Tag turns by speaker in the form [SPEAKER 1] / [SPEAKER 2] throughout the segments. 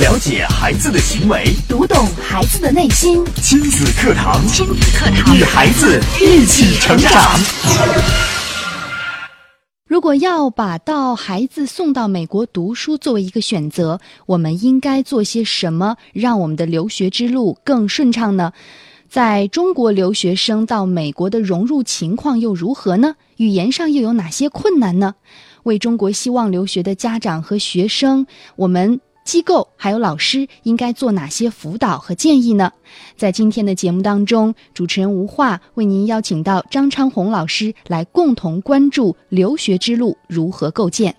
[SPEAKER 1] 了解孩子的行为，
[SPEAKER 2] 读懂孩子的内心。
[SPEAKER 1] 亲子课堂，
[SPEAKER 2] 亲子课堂
[SPEAKER 1] 与孩子一起成长。
[SPEAKER 3] 如果要把到孩子送到美国读书作为一个选择，我们应该做些什么，让我们的留学之路更顺畅呢？在中国留学生到美国的融入情况又如何呢？语言上又有哪些困难呢？为中国希望留学的家长和学生，我们机构还有老师应该做哪些辅导和建议呢？在今天的节目当中，主持人吴化为您邀请到张昌红老师来共同关注留学之路如何构建。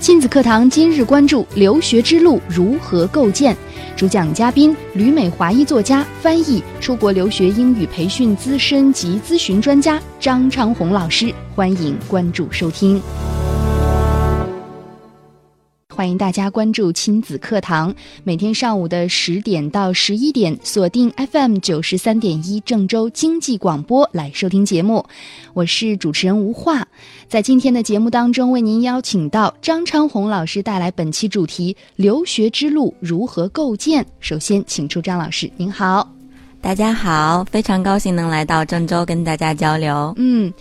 [SPEAKER 3] 亲子课堂今日关注：留学之路如何构建？主讲嘉宾：旅美华裔作家、翻译、出国留学英语培训资深及咨询专家张昌红老师。欢迎关注收听。欢迎大家关注亲子课堂，每天上午的十点到十一点，锁定 FM 九十三点一郑州经济广播来收听节目。我是主持人吴化，在今天的节目当中，为您邀请到张昌红老师带来本期主题“留学之路如何构建”。首先，请出张老师，您好，
[SPEAKER 4] 大家好，非常高兴能来到郑州跟大家交流。
[SPEAKER 3] 嗯。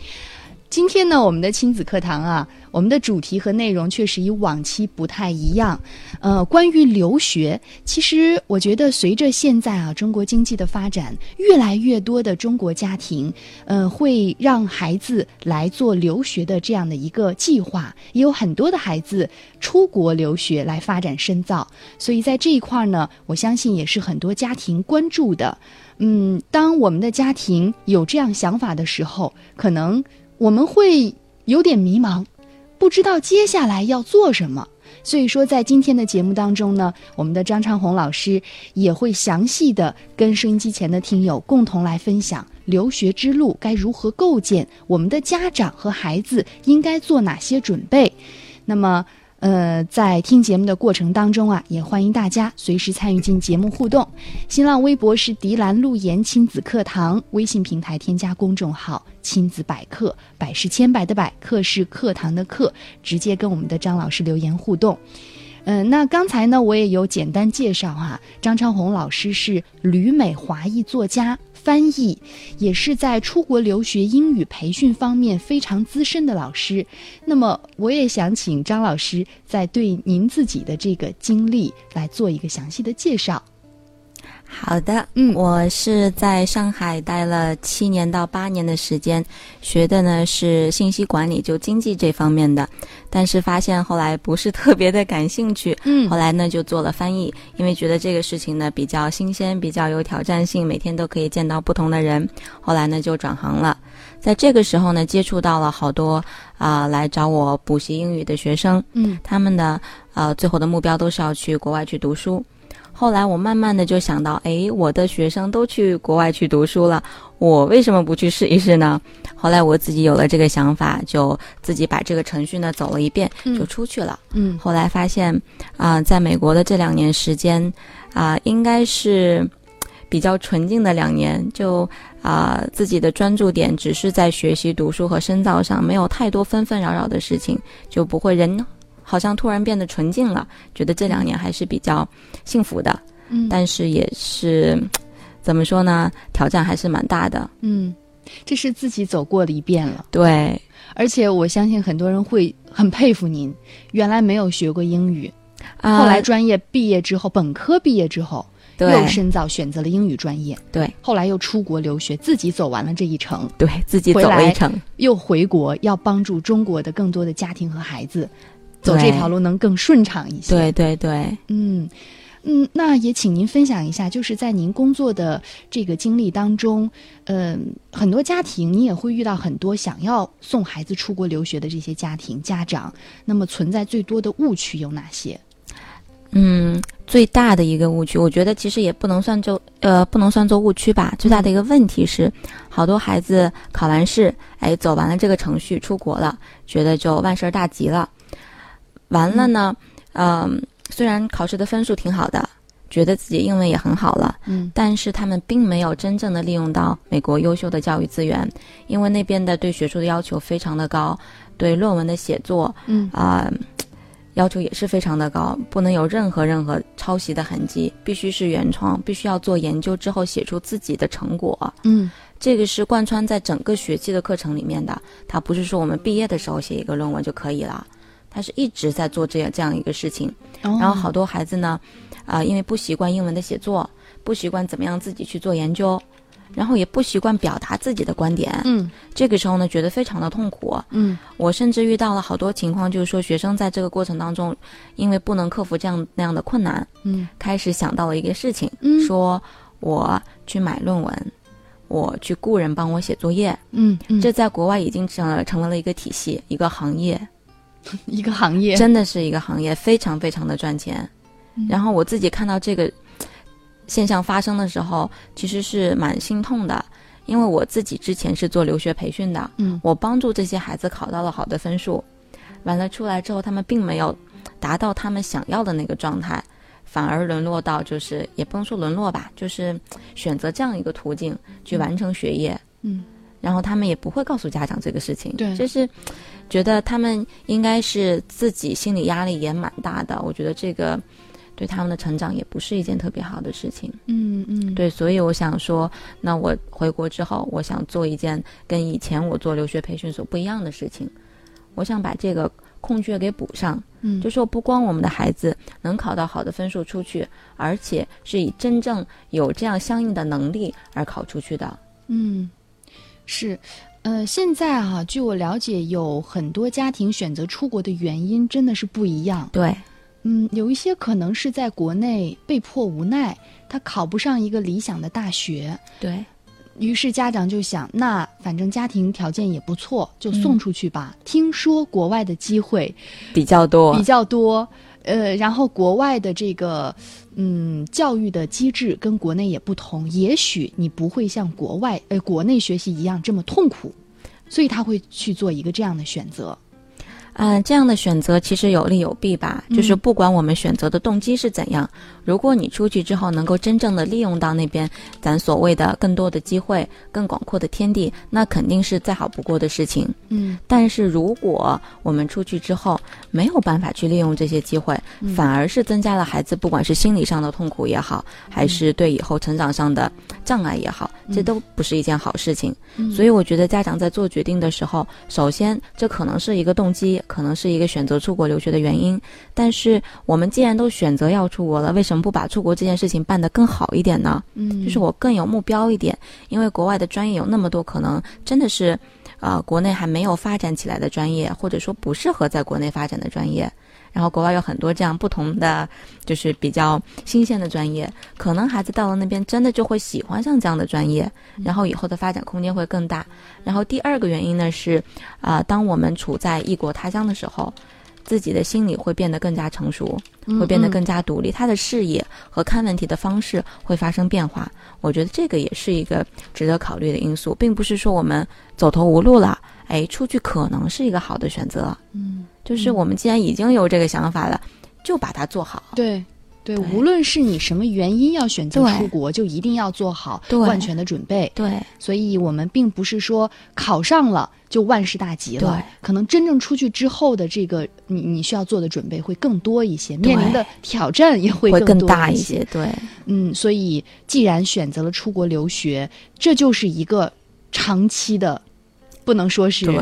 [SPEAKER 3] 今天呢，我们的亲子课堂啊，我们的主题和内容确实与往期不太一样。呃，关于留学，其实我觉得随着现在啊中国经济的发展，越来越多的中国家庭，呃，会让孩子来做留学的这样的一个计划，也有很多的孩子出国留学来发展深造。所以在这一块儿呢，我相信也是很多家庭关注的。嗯，当我们的家庭有这样想法的时候，可能。我们会有点迷茫，不知道接下来要做什么。所以说，在今天的节目当中呢，我们的张昌红老师也会详细的跟收音机前的听友共同来分享留学之路该如何构建，我们的家长和孩子应该做哪些准备。那么，呃，在听节目的过程当中啊，也欢迎大家随时参与进节目互动。新浪微博是迪兰路言亲子课堂，微信平台添加公众号“亲子百科”，百是千百的百，课是课堂的课，直接跟我们的张老师留言互动。嗯、呃，那刚才呢，我也有简单介绍哈、啊，张昌红老师是旅美华裔作家。翻译也是在出国留学英语培训方面非常资深的老师。那么，我也想请张老师在对您自己的这个经历来做一个详细的介绍。
[SPEAKER 4] 好的，嗯，我是在上海待了七年到八年的时间，学的呢是信息管理，就经济这方面的。但是发现后来不是特别的感兴趣，嗯，后来呢就做了翻译，因为觉得这个事情呢比较新鲜，比较有挑战性，每天都可以见到不同的人。后来呢就转行了，在这个时候呢接触到了好多啊、呃、来找我补习英语的学生，嗯，他们呢呃最后的目标都是要去国外去读书。后来我慢慢的就想到，哎，我的学生都去国外去读书了，我为什么不去试一试呢？后来我自己有了这个想法，就自己把这个程序呢走了一遍，就出去了。嗯，嗯后来发现，啊、呃，在美国的这两年时间，啊、呃，应该是比较纯净的两年，就啊、呃、自己的专注点只是在学习、读书和深造上，没有太多纷纷扰扰的事情，就不会人。好像突然变得纯净了，觉得这两年还是比较幸福的，嗯，但是也是怎么说呢，挑战还是蛮大的，
[SPEAKER 3] 嗯，这是自己走过了一遍了，
[SPEAKER 4] 对，
[SPEAKER 3] 而且我相信很多人会很佩服您，原来没有学过英语，啊、后来专业毕业之后，本科毕业之后。又深造，选择了英语专业。
[SPEAKER 4] 对，
[SPEAKER 3] 后来又出国留学，自己走完了这一程。
[SPEAKER 4] 对自己走了一程，
[SPEAKER 3] 又回国，要帮助中国的更多的家庭和孩子。走这条路能更顺畅一些。
[SPEAKER 4] 对对对，
[SPEAKER 3] 嗯嗯，那也请您分享一下，就是在您工作的这个经历当中，嗯、呃，很多家庭你也会遇到很多想要送孩子出国留学的这些家庭家长，那么存在最多的误区有哪些？
[SPEAKER 4] 嗯，最大的一个误区，我觉得其实也不能算就呃不能算作误区吧。最大的一个问题是，好多孩子考完试，哎，走完了这个程序出国了，觉得就万事大吉了。完了呢，嗯、呃，虽然考试的分数挺好的，觉得自己英文也很好了，嗯，但是他们并没有真正的利用到美国优秀的教育资源，因为那边的对学术的要求非常的高，对论文的写作，嗯啊、呃，要求也是非常的高，不能有任何任何抄袭的痕迹，必须是原创，必须要做研究之后写出自己的成果。
[SPEAKER 3] 嗯
[SPEAKER 4] 这个是贯穿在整个学期的课程里面的，它不是说我们毕业的时候写一个论文就可以了，它是一直在做这样这样一个事情。
[SPEAKER 3] 哦
[SPEAKER 4] 然后好多孩子呢，啊、因为不习惯英文的写作，不习惯怎么样自己去做研究，然后也不习惯表达自己的观点，
[SPEAKER 3] 嗯
[SPEAKER 4] 这个时候呢，觉得非常的痛苦。
[SPEAKER 3] 嗯
[SPEAKER 4] 我甚至遇到了好多情况，就是说学生在这个过程当中，因为不能克服这样那样的困难，
[SPEAKER 3] 嗯
[SPEAKER 4] 开始想到了一个事情，
[SPEAKER 3] 嗯
[SPEAKER 4] 说我去买论文，我去雇人帮我写作业，
[SPEAKER 3] 嗯嗯，
[SPEAKER 4] 这在国外已经成了成为了一个体系，一个行业，
[SPEAKER 3] 一个行业
[SPEAKER 4] 真的是一个行业，非常非常的赚钱。
[SPEAKER 3] 嗯
[SPEAKER 4] 然后我自己看到这个现象发生的时候，其实是蛮心痛的，因为我自己之前是做留学培训的，
[SPEAKER 3] 嗯
[SPEAKER 4] 我帮助这些孩子考到了好的分数，完了出来之后，他们并没有达到他们想要的那个状态，反而沦落到就是也不能说沦落吧，就是选择这样一个途径去完成学业，
[SPEAKER 3] 嗯
[SPEAKER 4] 然后他们也不会告诉家长这个事情，
[SPEAKER 3] 对
[SPEAKER 4] 就是觉得他们应该是自己心理压力也蛮大的，我觉得这个对他们的成长也不是一件特别好的事情。
[SPEAKER 3] 嗯嗯，
[SPEAKER 4] 对，所以我想说，那我回国之后，我想做一件跟以前我做留学培训所不一样的事情，我想把这个空缺给补上。
[SPEAKER 3] 嗯
[SPEAKER 4] 就说不光我们的孩子能考到好的分数出去，而且是以真正有这样相应的能力而考出去的。
[SPEAKER 3] 嗯，是，呃，现在哈、据我了解，有很多家庭选择出国的原因真的是不一样。
[SPEAKER 4] 对，
[SPEAKER 3] 嗯，有一些可能是在国内被迫无奈，他考不上一个理想的大学，
[SPEAKER 4] 对，
[SPEAKER 3] 于是家长就想，那反正家庭条件也不错，就
[SPEAKER 4] 嗯
[SPEAKER 3] 送出去吧。听说国外的机会
[SPEAKER 4] 比较多
[SPEAKER 3] 比较多，呃，然后国外的这个嗯教育的机制跟国内也不同，也许你不会像国外呃国内学习一样这么痛苦，所以他会去做一个这样的选择。
[SPEAKER 4] 嗯、这样的选择其实有利有弊吧。
[SPEAKER 3] 嗯
[SPEAKER 4] 就是不管我们选择的动机是怎样，如果你出去之后能够真正的利用到那边咱所谓的更多的机会、更广阔的天地，那肯定是再好不过的事情。
[SPEAKER 3] 嗯
[SPEAKER 4] 但是如果我们出去之后没有办法去利用这些机会，
[SPEAKER 3] 嗯
[SPEAKER 4] 反而是增加了孩子不管是心理上的痛苦也好，还是对以后成长上的障碍也好，这
[SPEAKER 3] 嗯
[SPEAKER 4] 都不是一件好事情。
[SPEAKER 3] 嗯
[SPEAKER 4] 所以我觉得家长在做决定的时候，首先这可能是一个动机，可能是一个选择出国留学的原因。但是我们既然都选择要出国了，为什么不把出国这件事情办得更好一点呢？
[SPEAKER 3] 嗯，
[SPEAKER 4] 就是我更有目标一点，因为国外的专业有那么多，可能真的是，呃，国内还没有发展起来的专业，或者说不适合在国内发展的专业。然后国外有很多这样不同的，就是比较新鲜的专业，可能孩子到了那边真的就会喜欢上这样的专业，然后以后的发展空间会更大。然后第二个原因呢是，啊、当我们处在异国他乡的时候，自己的心理会变得更加成熟，会变得
[SPEAKER 3] 嗯嗯
[SPEAKER 4] 更加独立，他的视野和看问题的方式会发生变化。我觉得这个也是一个值得考虑的因素，并不是说我们走投无路了，哎，出去可能是一个好的选择。
[SPEAKER 3] 嗯
[SPEAKER 4] 就是我们既然已经有这个想法了，就把它做好。
[SPEAKER 3] 对。对，
[SPEAKER 4] 对
[SPEAKER 3] 无论是你什么原因要选择
[SPEAKER 4] 对
[SPEAKER 3] 出国，就一定要做好
[SPEAKER 4] 对
[SPEAKER 3] 万全的准备。
[SPEAKER 4] 对
[SPEAKER 3] 所以我们并不是说考上了就万事大吉了
[SPEAKER 4] 对，
[SPEAKER 3] 可能真正出去之后的这个你你需要做的准备会更多一些，面临的挑战也会
[SPEAKER 4] 会更
[SPEAKER 3] 多
[SPEAKER 4] 大
[SPEAKER 3] 一
[SPEAKER 4] 一。些。对，
[SPEAKER 3] 嗯，所以既然选择了出国留学，这就是一个长期的，不能说是
[SPEAKER 4] 对。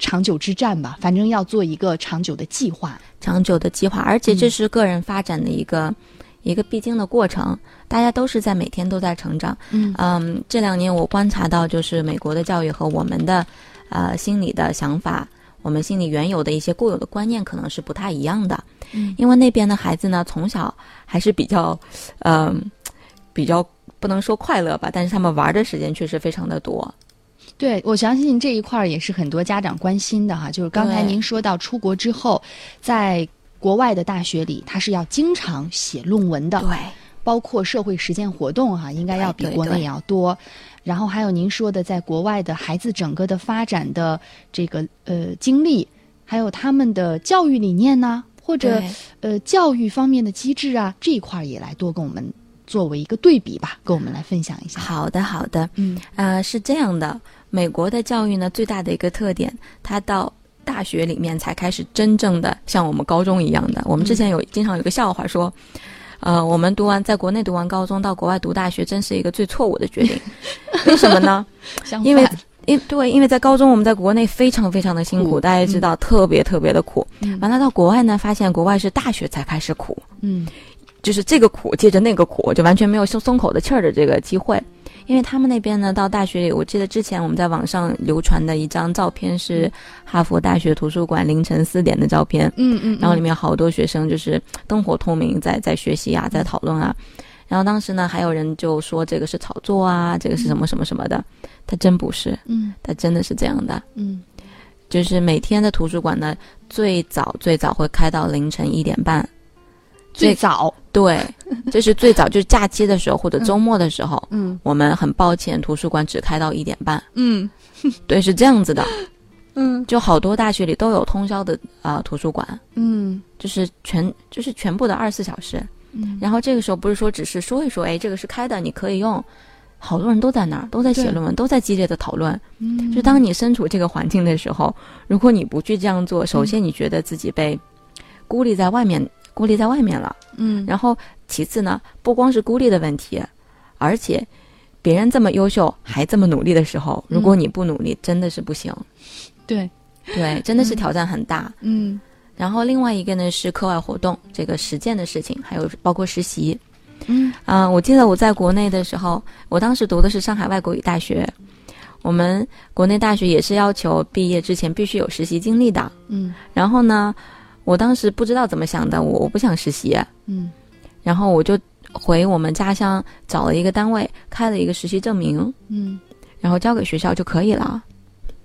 [SPEAKER 3] 长久之战吧，反正要做一个长久的计划。
[SPEAKER 4] 长久的计划，而且
[SPEAKER 3] 嗯
[SPEAKER 4] 这是个人发展的一个、一个必经的过程。大家都是在每天都在成长。
[SPEAKER 3] 嗯
[SPEAKER 4] 嗯，这两年我观察到，就是美国的教育和我们的呃心理的想法，我们心里原有的一些固有的观念可能是不太一样的。
[SPEAKER 3] 嗯
[SPEAKER 4] 因为那边的孩子呢，从小还是比较，嗯、比较不能说快乐吧，但是他们玩的时间确实非常的多。
[SPEAKER 3] 对，我相信这一块儿也是很多家长关心的哈，就是刚才
[SPEAKER 4] 对
[SPEAKER 3] 您说到出国之后，在国外的大学里，他是要经常写论文的，包括社会实践活动哈、应该要比
[SPEAKER 4] 对对
[SPEAKER 3] 国内
[SPEAKER 4] 对
[SPEAKER 3] 也要多。然后还有您说的，在国外的孩子整个的发展的这个呃经历，还有他们的教育理念呐、或者
[SPEAKER 4] 对
[SPEAKER 3] 呃教育方面的机制啊这一块儿也来多跟我们作为一个对比吧，跟我们来分享一下。
[SPEAKER 4] 好的，好的。
[SPEAKER 3] 嗯
[SPEAKER 4] 呃，是这样的，美国的教育呢，最大的一个特点，它到大学里面才开始真正的像我们高中一样的。我们之前有经常有一个笑话说。呃，我们读完在国内读完高中，到国外读大学，真是一个最错误的决定。为什么呢？
[SPEAKER 3] 相
[SPEAKER 4] 因为
[SPEAKER 3] 反
[SPEAKER 4] 因对，因为在高中我们在国内非常非常的辛
[SPEAKER 3] 苦
[SPEAKER 4] 苦，大家也知道、特别特别的苦。
[SPEAKER 3] 嗯
[SPEAKER 4] 完了到国外呢，发现国外是大学才开始苦，
[SPEAKER 3] 嗯
[SPEAKER 4] 就是这个苦接着那个苦，就完全没有松松口的气儿的这个机会。因为他们那边呢，到大学里，我记得之前我们在网上流传的一张照片是哈佛大学图书馆凌晨四点的照片，
[SPEAKER 3] 嗯嗯，
[SPEAKER 4] 然后里面有好多学生就是灯火通明在，在学习啊，在讨论啊。然后当时呢，还有人就说这个是炒作啊，这个是什么什么什么的，他真不是，
[SPEAKER 3] 嗯
[SPEAKER 4] 他真的是这样的。
[SPEAKER 3] 嗯
[SPEAKER 4] 就是每天的图书馆呢，最早最早会开到凌晨一点半。
[SPEAKER 3] 最
[SPEAKER 4] 这
[SPEAKER 3] 早
[SPEAKER 4] 对，这是最早，就是假期的时候或者周末的时候，
[SPEAKER 3] 嗯
[SPEAKER 4] 我们很抱歉，图书馆只开到一点半。
[SPEAKER 3] 嗯
[SPEAKER 4] 对，是这样子的，
[SPEAKER 3] 嗯
[SPEAKER 4] 就好多大学里都有通宵的啊、呃图书馆，
[SPEAKER 3] 嗯
[SPEAKER 4] 就是全就是全部的二十四小时。
[SPEAKER 3] 嗯，
[SPEAKER 4] 然后这个时候不是说只是说一说，哎，这个是开的，你可以用。好多人都在那儿，都在写
[SPEAKER 3] 对
[SPEAKER 4] 论文，都在激烈的讨论。
[SPEAKER 3] 嗯
[SPEAKER 4] 就当你身处这个环境的时候，如果你不去这样
[SPEAKER 3] 嗯
[SPEAKER 4] 做，首先你觉得自己被孤立在外面，孤立在外面了。
[SPEAKER 3] 嗯
[SPEAKER 4] 然后其次呢，不光是孤立的问题，而且别人这么优秀还这么努力的时候，如果你不努力，真的是不行。嗯
[SPEAKER 3] 对
[SPEAKER 4] 对，真的是挑战很大。
[SPEAKER 3] 嗯
[SPEAKER 4] 然后另外一个呢是课外活动，这个实践的事情，还有包括实习。
[SPEAKER 3] 嗯
[SPEAKER 4] 啊、我记得我在国内的时候，我当时读的是上海外国语大学，我们国内大学也是要求毕业之前必须有实习经历的。
[SPEAKER 3] 嗯
[SPEAKER 4] 然后呢，我当时不知道怎么想的，我我不想实习，
[SPEAKER 3] 嗯
[SPEAKER 4] 然后我就回我们家乡找了一个单位，开了一个实习证明，
[SPEAKER 3] 嗯
[SPEAKER 4] 然后交给学校就可以了。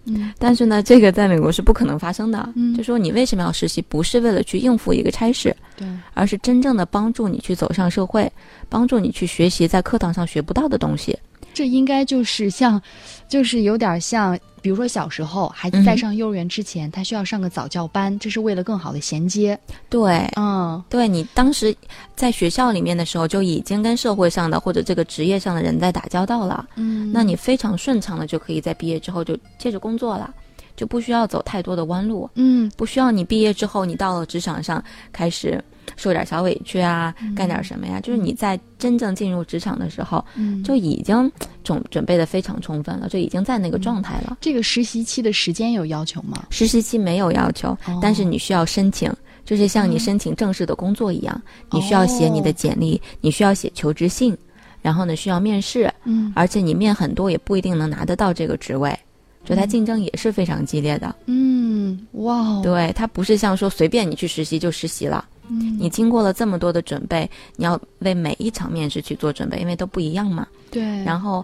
[SPEAKER 3] 嗯
[SPEAKER 4] 但是呢，这个在美国是不可能发生的。
[SPEAKER 3] 嗯
[SPEAKER 4] 就说你为什么要实习，不是为了去应付一个差事，
[SPEAKER 3] 对
[SPEAKER 4] 而是真正的帮助你去走上社会，帮助你去学习在课堂上学不到的东西。
[SPEAKER 3] 这应该就是像，就是有点像，比如说小时候孩子在
[SPEAKER 4] 嗯
[SPEAKER 3] 上幼儿园之前，他需要上个早教班，这是为了更好的衔接。
[SPEAKER 4] 对，
[SPEAKER 3] 嗯
[SPEAKER 4] 对你当时在学校里面的时候，就已经跟社会上的或者这个职业上的人在打交道了，
[SPEAKER 3] 嗯
[SPEAKER 4] 那你非常顺畅的就可以在毕业之后就接着工作了，就不需要走太多的弯路，
[SPEAKER 3] 嗯
[SPEAKER 4] 不需要你毕业之后你到了职场上开始受点小委屈啊，
[SPEAKER 3] 嗯
[SPEAKER 4] 干点什么呀？就是你在真正进入职场的时候，
[SPEAKER 3] 嗯，
[SPEAKER 4] 就已经准准备的非常充分了，就已经在
[SPEAKER 3] 嗯
[SPEAKER 4] 那个状态了。
[SPEAKER 3] 这个实习期的时间有要求吗？
[SPEAKER 4] 实习期没有要求，
[SPEAKER 3] 哦嗯
[SPEAKER 4] 但是你需要申请，就是像你申请正式的工作一样，
[SPEAKER 3] 哦
[SPEAKER 4] 你需要写你的简历，你需要写求职信，然后呢需要面试，
[SPEAKER 3] 嗯
[SPEAKER 4] 而且你面很多也不一定能拿得到这个职位。就它竞争也是非常激烈的，
[SPEAKER 3] 嗯，哇嗯哦，
[SPEAKER 4] 对它不是像说随便你去实习就实习了，
[SPEAKER 3] 嗯
[SPEAKER 4] 你经过了这么多的准备，你要为每一场面试去做准备，因为都不一样嘛。
[SPEAKER 3] 对，
[SPEAKER 4] 然后，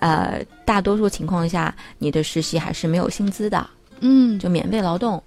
[SPEAKER 4] 呃，大多数情况下你的实习还是没有薪资的，
[SPEAKER 3] 嗯
[SPEAKER 4] 就免费劳动。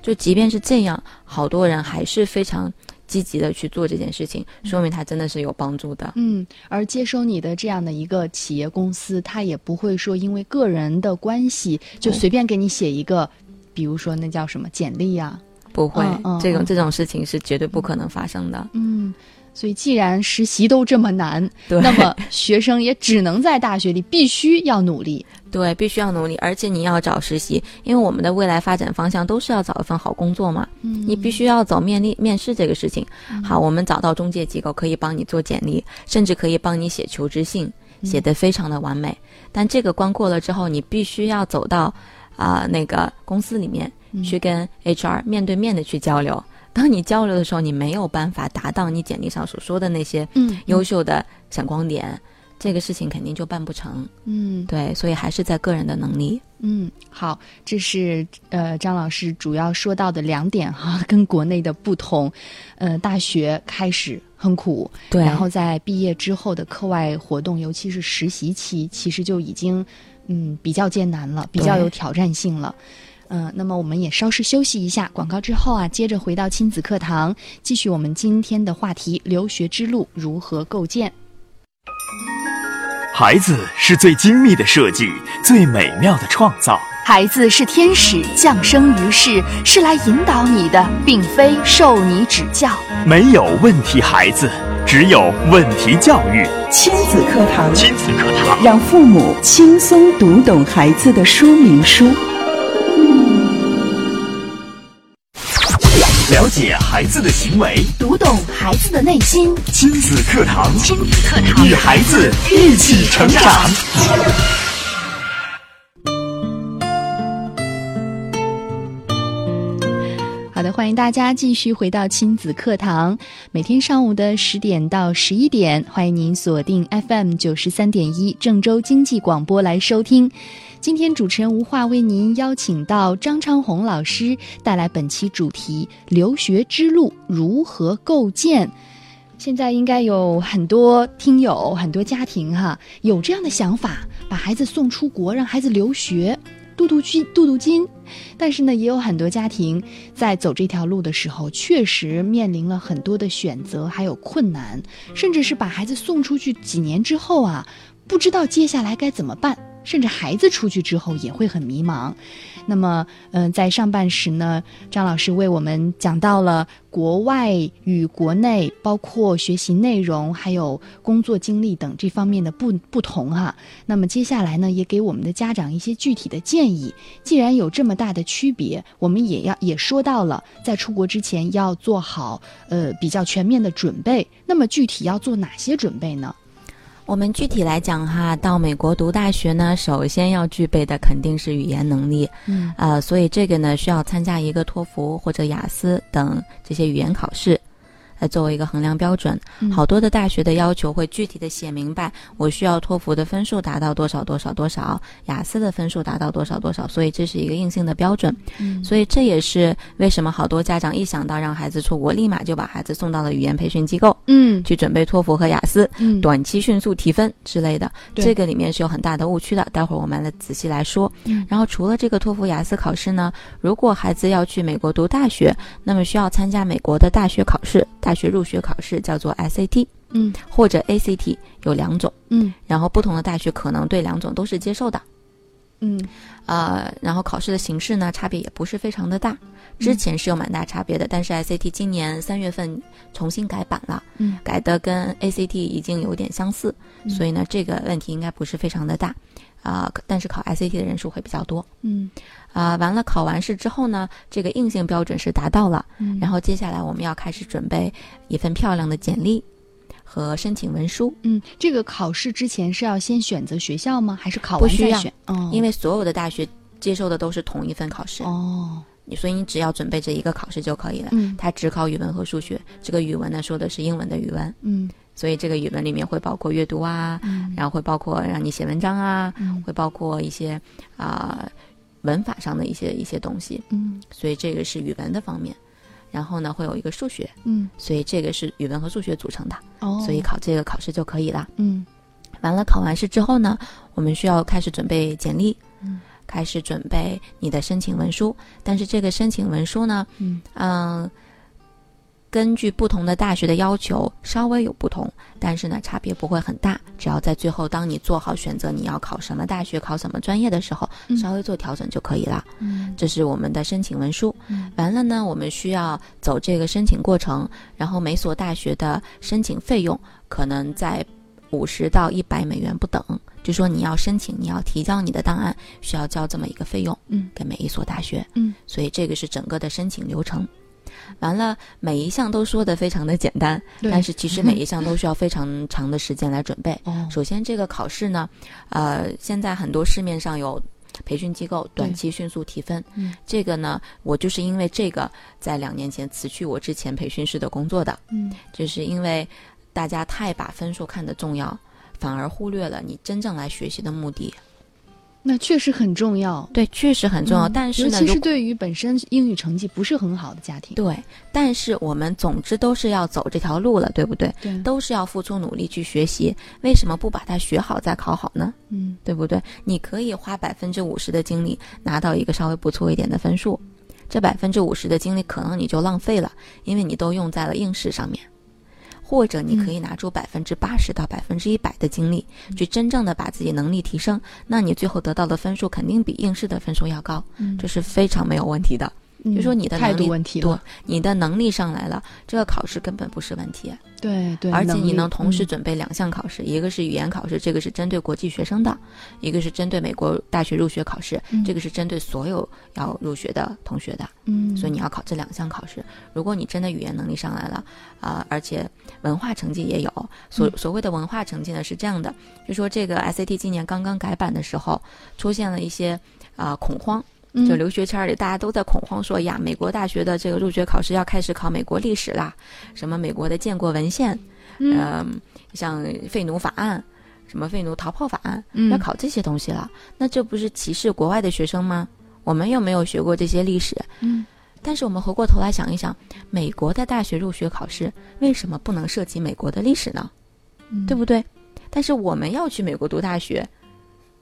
[SPEAKER 4] 就即便是这样，好多人还是非常积极的去做这件事情，说明它真的是有帮助的。
[SPEAKER 3] 嗯，而接收你的这样的一个企业公司，他也不会说因为个人的关系就
[SPEAKER 4] 对
[SPEAKER 3] 随便给你写一个，比如说那叫什么简历啊，
[SPEAKER 4] 不会，
[SPEAKER 3] 嗯嗯
[SPEAKER 4] 这种
[SPEAKER 3] 嗯
[SPEAKER 4] 这种事情是绝对不可能发生的。
[SPEAKER 3] 嗯，所以既然实习都这么难，
[SPEAKER 4] 对，
[SPEAKER 3] 那么学生也只能在大学里必须要努力。
[SPEAKER 4] 对，必须要努力，而且你要找实习，因为我们的未来发展方向都是要找一份好工作嘛。
[SPEAKER 3] 嗯
[SPEAKER 4] 你必须要走面历面试这个事情。好，我们找到中介机构可以帮你做简历，甚至可以帮你写求职信，
[SPEAKER 3] 嗯
[SPEAKER 4] 写得非常的完美。但这个关过了之后，你必须要走到啊、那个公司里面
[SPEAKER 3] 嗯
[SPEAKER 4] 去跟 HR 面对面的去交流。当你交流的时候，你没有办法达到你简历上所说的那些
[SPEAKER 3] 嗯
[SPEAKER 4] 优秀的闪光点，这个事情肯定就办不成。
[SPEAKER 3] 嗯
[SPEAKER 4] 对，所以还是在个人的能力。
[SPEAKER 3] 嗯，好，这是呃张老师主要说到的两点哈、跟国内的不同。呃，大学开始很苦，
[SPEAKER 4] 对
[SPEAKER 3] 然后在毕业之后的课外活动，尤其是实习期，其实就已经嗯比较艰难了，比较有挑战性了。嗯、那么我们也稍事休息一下，广告之后啊，接着回到亲子课堂，继续我们今天的话题：留学之路如何构建。
[SPEAKER 1] 孩子是最精密的设计，最美妙的创造。
[SPEAKER 2] 孩子是天使降生于世，是来引导你的，并非受你指教。
[SPEAKER 1] 没有问题孩子，只有问题教育。
[SPEAKER 5] 亲子课堂，
[SPEAKER 1] 亲子课堂，
[SPEAKER 5] 让父母轻松读懂孩子的说明书。
[SPEAKER 1] 解孩子的行为，
[SPEAKER 2] 读懂孩子的内心。
[SPEAKER 1] 亲子课堂，
[SPEAKER 2] 亲子课堂，
[SPEAKER 1] 与孩子一起成长。
[SPEAKER 3] 好的，欢迎大家继续回到亲子课堂，每天上午的十点到十一点，欢迎您锁定 FM 九十三点一郑州经济广播来收听。今天主持人吴化为您邀请到张昌红老师带来本期主题“留学之路如何构建”。现在应该有很多听友、很多家庭哈、有这样的想法，把孩子送出国，让孩子留学，镀镀金、镀镀金。但是呢，也有很多家庭在走这条路的时候，确实面临了很多的选择，还有困难，甚至是把孩子送出去几年之后啊，不知道接下来该怎么办。甚至孩子出去之后也会很迷茫，那么，嗯、在上半时呢，张老师为我们讲到了国外与国内，包括学习内容、还有工作经历等这方面的不不同哈、那么接下来呢，也给我们的家长一些具体的建议。既然有这么大的区别，我们也要也说到了，在出国之前要做好呃比较全面的准备。那么具体要做哪些准备呢？
[SPEAKER 4] 我们具体来讲哈，到美国读大学呢，首先要具备的肯定是语言能力，
[SPEAKER 3] 嗯
[SPEAKER 4] 呃，所以这个呢需要参加一个托福或者雅思等这些语言考试，来作为一个衡量标准。
[SPEAKER 3] 嗯
[SPEAKER 4] 好多的大学的要求会具体的写明白，我需要托福的分数达到多少多少多少，雅思的分数达到多少多少，所以这是一个硬性的标准。
[SPEAKER 3] 嗯
[SPEAKER 4] 所以这也是为什么好多家长一想到让孩子出国，立马就把孩子送到了语言培训机构
[SPEAKER 3] 嗯
[SPEAKER 4] 去准备托福和雅思。
[SPEAKER 3] 嗯
[SPEAKER 4] 短期迅速提分之类的，
[SPEAKER 3] 对
[SPEAKER 4] 这个里面是有很大的误区的。待会儿我们来仔细来说。
[SPEAKER 3] 嗯
[SPEAKER 4] 然后除了这个托福、雅思考试呢，如果孩子要去美国读大学，那么需要参加美国的大学考试，大学入学考试叫做 SAT
[SPEAKER 3] 嗯
[SPEAKER 4] 或者 ACT，有两种。
[SPEAKER 3] 嗯
[SPEAKER 4] 然后不同的大学可能对两种都是接受的。
[SPEAKER 3] 嗯
[SPEAKER 4] 呃，然后考试的形式呢，差别也不是非常的大，
[SPEAKER 3] 嗯
[SPEAKER 4] 之前是有蛮大差别的，但是 SAT 今年三月份重新改版了，
[SPEAKER 3] 嗯
[SPEAKER 4] 改的跟 ACT 已经有点相似，
[SPEAKER 3] 嗯
[SPEAKER 4] 所以呢，这个问题应该不是非常的大，啊、可但是考 SAT 的人数会比较多，
[SPEAKER 3] 嗯
[SPEAKER 4] 啊、完了考完试之后呢，这个硬性标准是达到了，
[SPEAKER 3] 嗯
[SPEAKER 4] 然后接下来我们要开始准备一份漂亮的简历和申请文书，
[SPEAKER 3] 嗯，这个考试之前是要先选择学校吗？还是考
[SPEAKER 4] 不
[SPEAKER 3] 完
[SPEAKER 4] 需
[SPEAKER 3] 再
[SPEAKER 4] 要
[SPEAKER 3] 选？哦，
[SPEAKER 4] 因为所有的大学接受的都是同一份考试，
[SPEAKER 3] 哦，
[SPEAKER 4] 你所以你只要准备这一个考试就可以了。
[SPEAKER 3] 嗯
[SPEAKER 4] 它只考语文和数学，这个语文呢说的是英文的语文，
[SPEAKER 3] 嗯
[SPEAKER 4] 所以这个语文里面会包括阅读啊，
[SPEAKER 3] 嗯
[SPEAKER 4] 然后会包括让你写文章啊，
[SPEAKER 3] 嗯
[SPEAKER 4] 会包括一些啊、文法上的一些一些东西，
[SPEAKER 3] 嗯
[SPEAKER 4] 所以这个是语文的方面。然后呢，会有一个数学，
[SPEAKER 3] 嗯
[SPEAKER 4] 所以这个是语文和数学组成的，
[SPEAKER 3] 哦，
[SPEAKER 4] 所以考这个考试就可以了。
[SPEAKER 3] 嗯
[SPEAKER 4] 完了，考完试之后呢，我们需要开始准备简历，
[SPEAKER 3] 嗯
[SPEAKER 4] 开始准备你的申请文书。但是这个申请文书呢，
[SPEAKER 3] 嗯
[SPEAKER 4] 嗯，根据不同的大学的要求稍微有不同，但是呢差别不会很大。只要在最后，当你做好选择你要考什么大学、考什么专业的时候，
[SPEAKER 3] 嗯
[SPEAKER 4] 稍微做调整就可以了。
[SPEAKER 3] 嗯
[SPEAKER 4] 这是我们的申请文书。
[SPEAKER 3] 嗯
[SPEAKER 4] 完了呢，我们需要走这个申请过程，然后每所大学的申请费用可能在五十到一百美元不等。就说你要申请，你要提交你的档案，需要交这么一个费用，
[SPEAKER 3] 嗯，
[SPEAKER 4] 给每一所大学，
[SPEAKER 3] 嗯，
[SPEAKER 4] 所以这个是整个的申请流程。完了，每一项都说的非常的简单，
[SPEAKER 3] 对
[SPEAKER 4] 但是其实每一项都需要非常长的时间来准备。
[SPEAKER 3] 哦
[SPEAKER 4] 首先，这个考试呢，呃，现在很多市面上有培训机构短期迅速提分。
[SPEAKER 3] 嗯
[SPEAKER 4] 这个呢，我就是因为这个，在两年前辞去我之前培训师的工作的，
[SPEAKER 3] 嗯
[SPEAKER 4] 就是因为大家太把分数看得重要，反而忽略了你真正来学习的目的。
[SPEAKER 3] 那确实很重要，
[SPEAKER 4] 对，确实很重要，
[SPEAKER 3] 嗯
[SPEAKER 4] 但是
[SPEAKER 3] 尤
[SPEAKER 4] 呢，
[SPEAKER 3] 其
[SPEAKER 4] 如
[SPEAKER 3] 是
[SPEAKER 4] 果
[SPEAKER 3] 对于本身英语成绩不是很好的家庭，
[SPEAKER 4] 对，但是我们总之都是要走这条路了，对不对？
[SPEAKER 3] 对
[SPEAKER 4] 都是要付出努力去学习，为什么不把它学好再考好呢？
[SPEAKER 3] 嗯
[SPEAKER 4] 对不对？你可以花百分之五十的精力拿到一个稍微不错一点的分数，这百分之五十的精力可能你就浪费了，因为你都用在了应试上面。或者你可以拿出百分之八十到百分之一百的精力，去真正的把自己能力提升，那你最后得到的分数肯定比应试的分数要高，
[SPEAKER 3] 嗯
[SPEAKER 4] 这是非常没有问题的。
[SPEAKER 3] 嗯
[SPEAKER 4] 就说你的能
[SPEAKER 3] 态
[SPEAKER 4] 力
[SPEAKER 3] 度问题
[SPEAKER 4] 对
[SPEAKER 3] 了，，
[SPEAKER 4] 你的能力上来了，这个考试根本不是问题。
[SPEAKER 3] 对对，
[SPEAKER 4] 而且你
[SPEAKER 3] 力
[SPEAKER 4] 能同时
[SPEAKER 3] 嗯
[SPEAKER 4] 准备两项考试，一个是语言考试，这个是针对国际学生的；一个是针对美国大学入学考试，
[SPEAKER 3] 嗯
[SPEAKER 4] 这个是针对所有要入学的同学的。
[SPEAKER 3] 嗯，
[SPEAKER 4] 所以你要考这两项考试。如果你真的语言能力上来了，啊、而且文化成绩也有。所
[SPEAKER 3] 嗯
[SPEAKER 4] 所谓的文化成绩呢是这样的，就说这个 SAT 今年刚刚改版的时候，出现了一些啊、恐慌，
[SPEAKER 3] 嗯
[SPEAKER 4] 就留学圈里大家都在恐慌说呀，美国大学的这个入学考试要开始考美国历史啦，什么美国的建国文献，
[SPEAKER 3] 嗯
[SPEAKER 4] 嗯，像废奴法案。什么废奴逃炮法案，
[SPEAKER 3] 嗯
[SPEAKER 4] 要考这些东西了，那这不是歧视国外的学生吗？我们又没有学过这些历史，
[SPEAKER 3] 嗯
[SPEAKER 4] 但是我们回过头来想一想，美国的大学入学考试为什么不能涉及美国的历史呢？
[SPEAKER 3] 嗯
[SPEAKER 4] 对不对？但是我们要去美国读大学，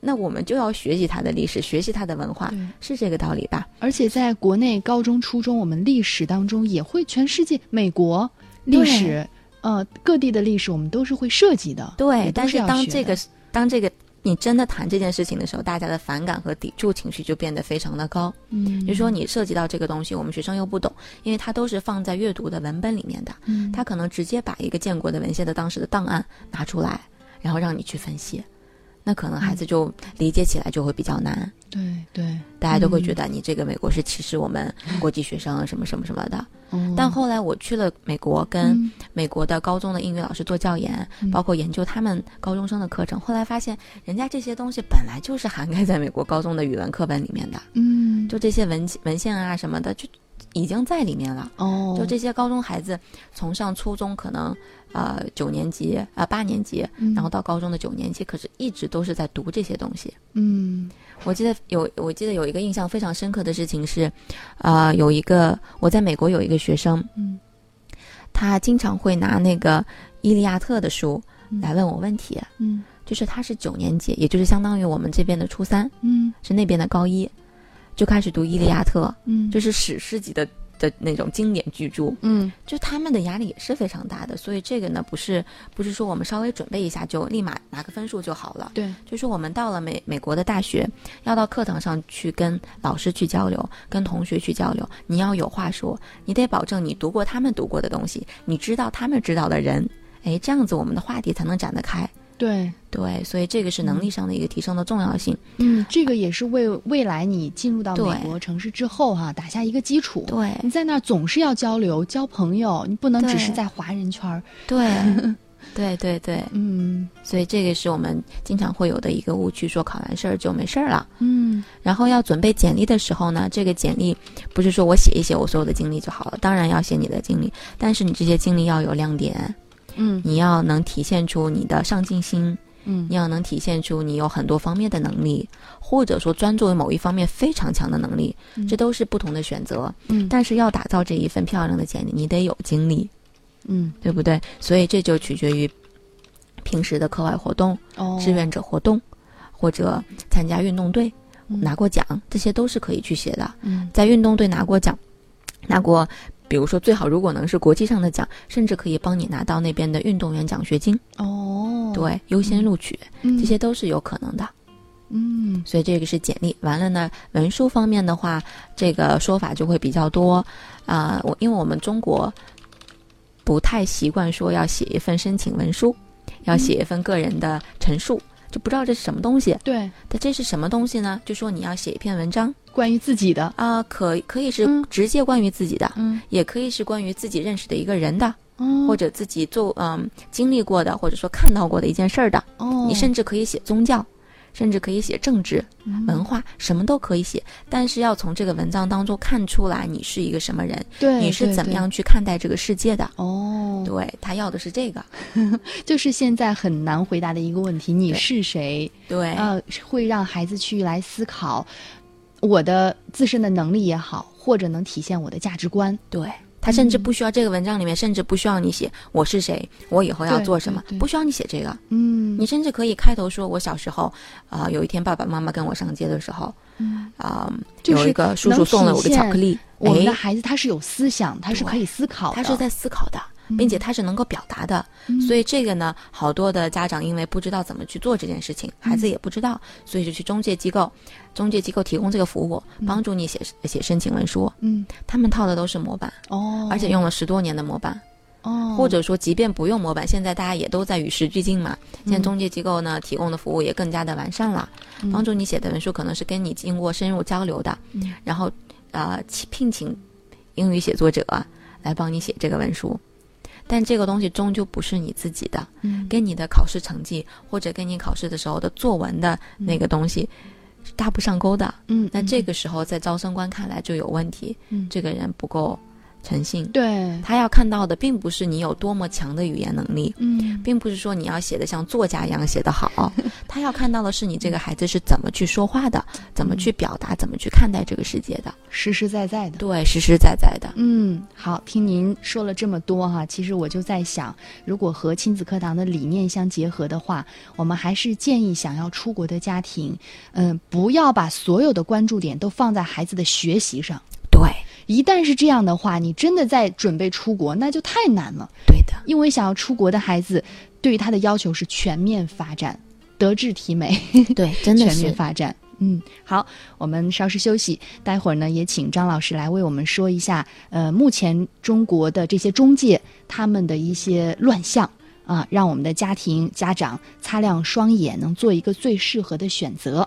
[SPEAKER 4] 那我们就要学习它的历史，学习它的文化，
[SPEAKER 3] 对
[SPEAKER 4] 是这个道理吧？
[SPEAKER 3] 而且在国内高中、初中，我们历史当中也会全世界美国历史，呃，各地的历史我们都是会涉及的。
[SPEAKER 4] 对
[SPEAKER 3] 也，都
[SPEAKER 4] 但
[SPEAKER 3] 是
[SPEAKER 4] 是
[SPEAKER 3] 要
[SPEAKER 4] 当
[SPEAKER 3] 学
[SPEAKER 4] 这
[SPEAKER 3] 的
[SPEAKER 4] 个当这个你真的谈这件事情的时候，大家的反感和抵触情绪就变得非常的高。
[SPEAKER 3] 嗯
[SPEAKER 4] 就说你涉及到这个东西，我们学生又不懂，因为它都是放在阅读的文本里面的，
[SPEAKER 3] 嗯
[SPEAKER 4] 他可能直接把一个建国的文献的当时的档案拿出来，然后让你去分析，那可能孩
[SPEAKER 3] 嗯
[SPEAKER 4] 子就理解起来就会比较难，
[SPEAKER 3] 对对，
[SPEAKER 4] 大家都
[SPEAKER 3] 嗯
[SPEAKER 4] 会觉得你这个美国是歧视我们国际学生啊什么什么什么的。
[SPEAKER 3] 嗯，
[SPEAKER 4] 但后来我去了美国，跟
[SPEAKER 3] 嗯
[SPEAKER 4] 美国的高中的英语老师做教研
[SPEAKER 3] 嗯，
[SPEAKER 4] 包括研究他们高中生的课程，后来发现人家这些东西本来就是涵盖在美国高中的语文课本里面的，
[SPEAKER 3] 嗯
[SPEAKER 4] 就这些文文献啊什么的就已经在里面了。
[SPEAKER 3] 哦，
[SPEAKER 4] 就这些高中孩子，从上初中可能呃九年级啊、呃八年级，
[SPEAKER 3] 嗯，
[SPEAKER 4] 然后到高中的九年级，可是一直都是在读这些东西。
[SPEAKER 3] 嗯
[SPEAKER 4] 我记得有，我记得有一个印象非常深刻的事情是，呃，有一个我在美国有一个学生，
[SPEAKER 3] 嗯，
[SPEAKER 4] 他经常会拿那个《伊利亚特》的书
[SPEAKER 3] 嗯
[SPEAKER 4] 来问我问题，
[SPEAKER 3] 嗯
[SPEAKER 4] 就是他是九年级，也就是相当于我们这边的初三，
[SPEAKER 3] 嗯
[SPEAKER 4] 是那边的高一，就开始读《伊利亚特
[SPEAKER 3] 嗯，》，
[SPEAKER 4] 就是史诗级的的那种经典巨著。
[SPEAKER 3] 嗯
[SPEAKER 4] 就他们的压力也是非常大的，所以这个呢，不是不是说我们稍微准备一下就立马拿个分数就好了。
[SPEAKER 3] 对，
[SPEAKER 4] 就是我们到了美美国的大学，要到课堂上去跟老师去交流，跟同学去交流，你要有话说，你得保证你读过他们读过的东西，你知道他们知道的人，哎，这样子我们的话题才能展得开。
[SPEAKER 3] 对，
[SPEAKER 4] 对，所以这个是能力上的一个提升的重要性。
[SPEAKER 3] 嗯，这个也是为未来你进入到
[SPEAKER 4] 对
[SPEAKER 3] 美国城市之后哈、打下一个基础。
[SPEAKER 4] 对
[SPEAKER 3] 你在那儿总是要交流、交朋友，你不能只
[SPEAKER 4] 对
[SPEAKER 3] 是在华人圈儿。
[SPEAKER 4] 对对对对，
[SPEAKER 3] 嗯
[SPEAKER 4] 所以这个是我们经常会有的一个误区，说考完试儿就没事儿了。
[SPEAKER 3] 嗯
[SPEAKER 4] 然后要准备简历的时候呢，这个简历不是说我写一写我所有的经历就好了，当然要写你的经历，但是你这些经历要有亮点，
[SPEAKER 3] 嗯
[SPEAKER 4] 你要能体现出你的上进心，
[SPEAKER 3] 嗯
[SPEAKER 4] 你要能体现出你有很多方面的能力，或者说专注于某一方面非常强的能力，
[SPEAKER 3] 嗯
[SPEAKER 4] 这都是不同的选择。
[SPEAKER 3] 嗯
[SPEAKER 4] 但是要打造这一份漂亮的简历，你得有经历，
[SPEAKER 3] 嗯
[SPEAKER 4] 对不对？所以这就取决于平时的课外活动、
[SPEAKER 3] 哦，
[SPEAKER 4] 志愿者活动，或者参加运动队。
[SPEAKER 3] 嗯
[SPEAKER 4] 拿过奖，这些都是可以去写的。
[SPEAKER 3] 嗯
[SPEAKER 4] 在运动队拿过奖，拿过，比如说最好如果能是国际上的奖，甚至可以帮你拿到那边的运动员奖学金，
[SPEAKER 3] 哦，
[SPEAKER 4] 对，优先录取，
[SPEAKER 3] 嗯，
[SPEAKER 4] 这些都是有可能的。
[SPEAKER 3] 嗯
[SPEAKER 4] 所以这个是简历。完了呢，文书方面的话，这个说法就会比较多啊、我因为我们中国不太习惯说要写一份申请文书，要写一份个人的陈述，就不知道这是什么东西。
[SPEAKER 3] 对，
[SPEAKER 4] 但这是什么东西呢？就说你要写一篇文章。
[SPEAKER 3] 关于自己的
[SPEAKER 4] 啊、可可以是
[SPEAKER 3] 嗯
[SPEAKER 4] 直接关于自己的，
[SPEAKER 3] 嗯
[SPEAKER 4] 也可以是关于自己认识的一个人的，
[SPEAKER 3] 哦
[SPEAKER 4] 或者自己做嗯、经历过的，或者说看到过的一件事儿的。
[SPEAKER 3] 哦，
[SPEAKER 4] 你甚至可以写宗教，甚至可以写政治、
[SPEAKER 3] 嗯
[SPEAKER 4] 文化，什么都可以写。但是要从这个文章当中看出来你是一个什么人，
[SPEAKER 3] 对
[SPEAKER 4] 你是
[SPEAKER 3] 对
[SPEAKER 4] 怎么
[SPEAKER 3] 对
[SPEAKER 4] 样去看待这个世界的。
[SPEAKER 3] 哦，
[SPEAKER 4] 对他要的是这个，
[SPEAKER 3] 就是现在很难回答的一个问题：你
[SPEAKER 4] 对哎
[SPEAKER 3] 是谁？
[SPEAKER 4] 对、
[SPEAKER 3] 呃，会让孩子去来思考我的自身的能力也好，或者能体现我的价值观。
[SPEAKER 4] 对。他甚至不需要这个文章里面，甚至不需要你写我是谁，我以后要
[SPEAKER 3] 对
[SPEAKER 4] 做什么
[SPEAKER 3] 对对，
[SPEAKER 4] 不需要你写这个。
[SPEAKER 3] 嗯，
[SPEAKER 4] 你甚至可以开头说：“我小时候，啊、有一天爸爸妈妈跟我上街的时候，
[SPEAKER 3] 嗯
[SPEAKER 4] 啊、
[SPEAKER 3] 就是
[SPEAKER 4] 有一个叔叔送了我个巧克力，
[SPEAKER 3] 我们的
[SPEAKER 4] 哎，
[SPEAKER 3] 孩子他是有思想，他是可以思考的，嗯
[SPEAKER 4] 他是在思考的，并且它是能够表达的。所以这个呢，好多的家长因为不知道怎么去做这件事情，孩
[SPEAKER 3] 嗯
[SPEAKER 4] 子也不知道，所以就去中介机构，中介机构提供这个服务，帮助你写写申请文书。
[SPEAKER 3] 嗯，
[SPEAKER 4] 他们套的都是模板，
[SPEAKER 3] 哦，
[SPEAKER 4] 而且用了十多年的模板。
[SPEAKER 3] 哦，
[SPEAKER 4] 或者说，即便不用模板，现在大家也都在与时俱进嘛。现在
[SPEAKER 3] 嗯
[SPEAKER 4] 中介机构呢提供的服务也更加的完善了，
[SPEAKER 3] 嗯
[SPEAKER 4] 帮助你写的文书可能是跟你经过深入交流的，
[SPEAKER 3] 嗯
[SPEAKER 4] 然后呃请聘请英语写作者来帮你写这个文书。但这个东西终究不是你自己的，
[SPEAKER 3] 嗯
[SPEAKER 4] 跟你的考试成绩或者跟你考试的时候的作文的那个东西是搭不上钩的。
[SPEAKER 3] 嗯，
[SPEAKER 4] 那这个时候在招生官看来就有问题，
[SPEAKER 3] 嗯
[SPEAKER 4] 这个人不够诚信。
[SPEAKER 3] 对，
[SPEAKER 4] 他要看到的并不是你有多么强的语言能力，
[SPEAKER 3] 嗯
[SPEAKER 4] 并不是说你要写的像作家一样写 得好，他要看到的是你
[SPEAKER 3] 嗯
[SPEAKER 4] 这个孩子是怎么去说话的，怎么去表达，怎么去看待这个世界的，
[SPEAKER 3] 实实在在的。
[SPEAKER 4] 对，实实在在的。
[SPEAKER 3] 嗯，好，听您说了这么多哈、其实我就在想，如果和亲子课堂的理念相结合的话，我们还是建议想要出国的家庭，嗯，不要把所有的关注点都放在孩子的学习上。
[SPEAKER 4] 对，
[SPEAKER 3] 一旦是这样的话，你真的在准备出国，那就太难了。
[SPEAKER 4] 对的，
[SPEAKER 3] 因为想要出国的孩子，对于他的要求是全面发展，德智体美。
[SPEAKER 4] 对，真的
[SPEAKER 3] 全面
[SPEAKER 4] 是。
[SPEAKER 3] 发展。嗯，好，我们稍事休息，待会儿呢也请张老师来为我们说一下，呃，目前中国的这些中介他们的一些乱象啊，让我们的家庭家长擦亮双眼，能做一个最适合的选择。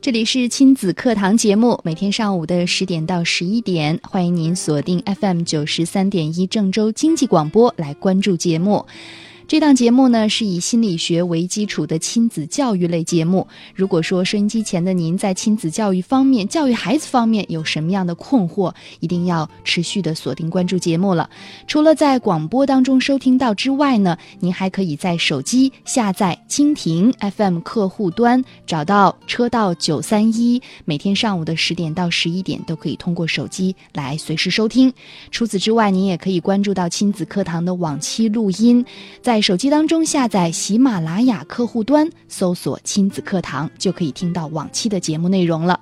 [SPEAKER 3] 这里是亲子课堂节目，每天上午的十点到十一点，欢迎您锁定 FM 九十三点一郑州经济广播来关注节目。这档节目呢是以心理学为基础的亲子教育类节目。如果说收音机前的您在亲子教育方面、教育孩子方面有什么样的困惑，一定要持续的锁定关注节目了。除了在广播当中收听到之外呢，您还可以在手机下载蜻蜓 FM 客户端，找到车道九三一，每天上午的十点到十一点都可以通过手机来随时收听。除此之外，您也可以关注到亲子课堂的往期录音，在手机当中下载喜马拉雅客户端，搜索“亲子课堂”，就可以听到往期的节目内容了。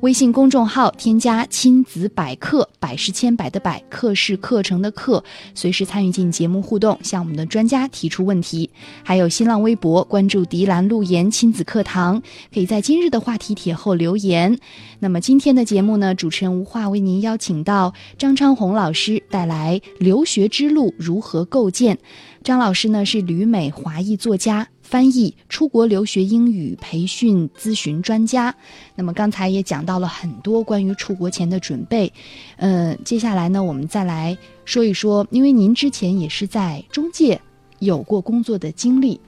[SPEAKER 3] 微信公众号添加“亲子百科”，百是千百的百，课是课程的课，随时参与进节目互动，向我们的专家提出问题。还有新浪微博关注“迪兰路言亲子课堂”，可以在今日的话题帖后留言。那么今天的节目呢，主持人吴化为您邀请到张昌红老师带来《留学之路如何构建》。张老师呢是旅美华裔作家、翻译、出国留学英语培训咨询专家。那么刚才也讲到了很多关于出国前的准备，嗯、接下来呢，我们再来说一说，因为您之前也是在中介有过工作的经历，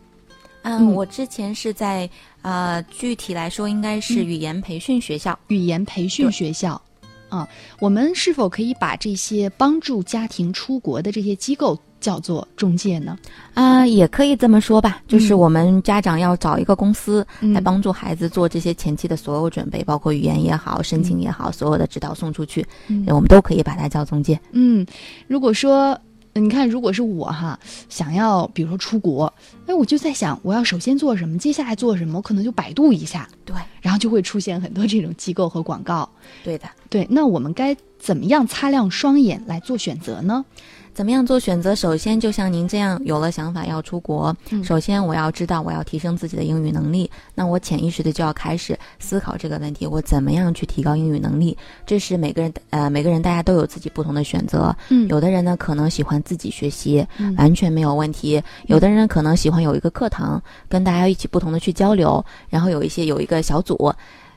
[SPEAKER 3] 嗯
[SPEAKER 4] 嗯，我之前是在呃，具体来说应该是语言培训学校。
[SPEAKER 3] 语言培训学校。啊，我们是否可以把这些帮助家庭出国的这些机构叫做中介呢？
[SPEAKER 4] 啊、也可以这么说吧，就是
[SPEAKER 3] 嗯
[SPEAKER 4] 我们家长要找一个公司
[SPEAKER 3] 嗯
[SPEAKER 4] 来帮助孩子做这些前期的所有准备，包括语言也好、申请也好，所有的指导送出去，
[SPEAKER 3] 嗯
[SPEAKER 4] 我们都可以把它叫中介。
[SPEAKER 3] 嗯，如果说呃你看，如果是我哈，想要比如说出国，哎，我就在想，我要首先做什么，接下来做什么，我可能就百度一下，
[SPEAKER 4] 对，
[SPEAKER 3] 然后就会出现很多这种机构和广告。
[SPEAKER 4] 对的。
[SPEAKER 3] 对，那我们该怎么样擦亮双眼来做选择呢？
[SPEAKER 4] 怎么样做选择？首先，就像您这样有了想法要出国，
[SPEAKER 3] 嗯
[SPEAKER 4] 首先我要知道我要提升自己的英语能力，那我潜意识的就要开始思考这个问题，我怎么样去提高英语能力？这是每个人呃每个人大家都有自己不同的选择，
[SPEAKER 3] 嗯
[SPEAKER 4] 有的人呢可能喜欢自己学习，
[SPEAKER 3] 嗯
[SPEAKER 4] 完全没有问题；有的人可能喜欢有一个课堂，跟大家一起不同的去交流，然后有一些有一个小组。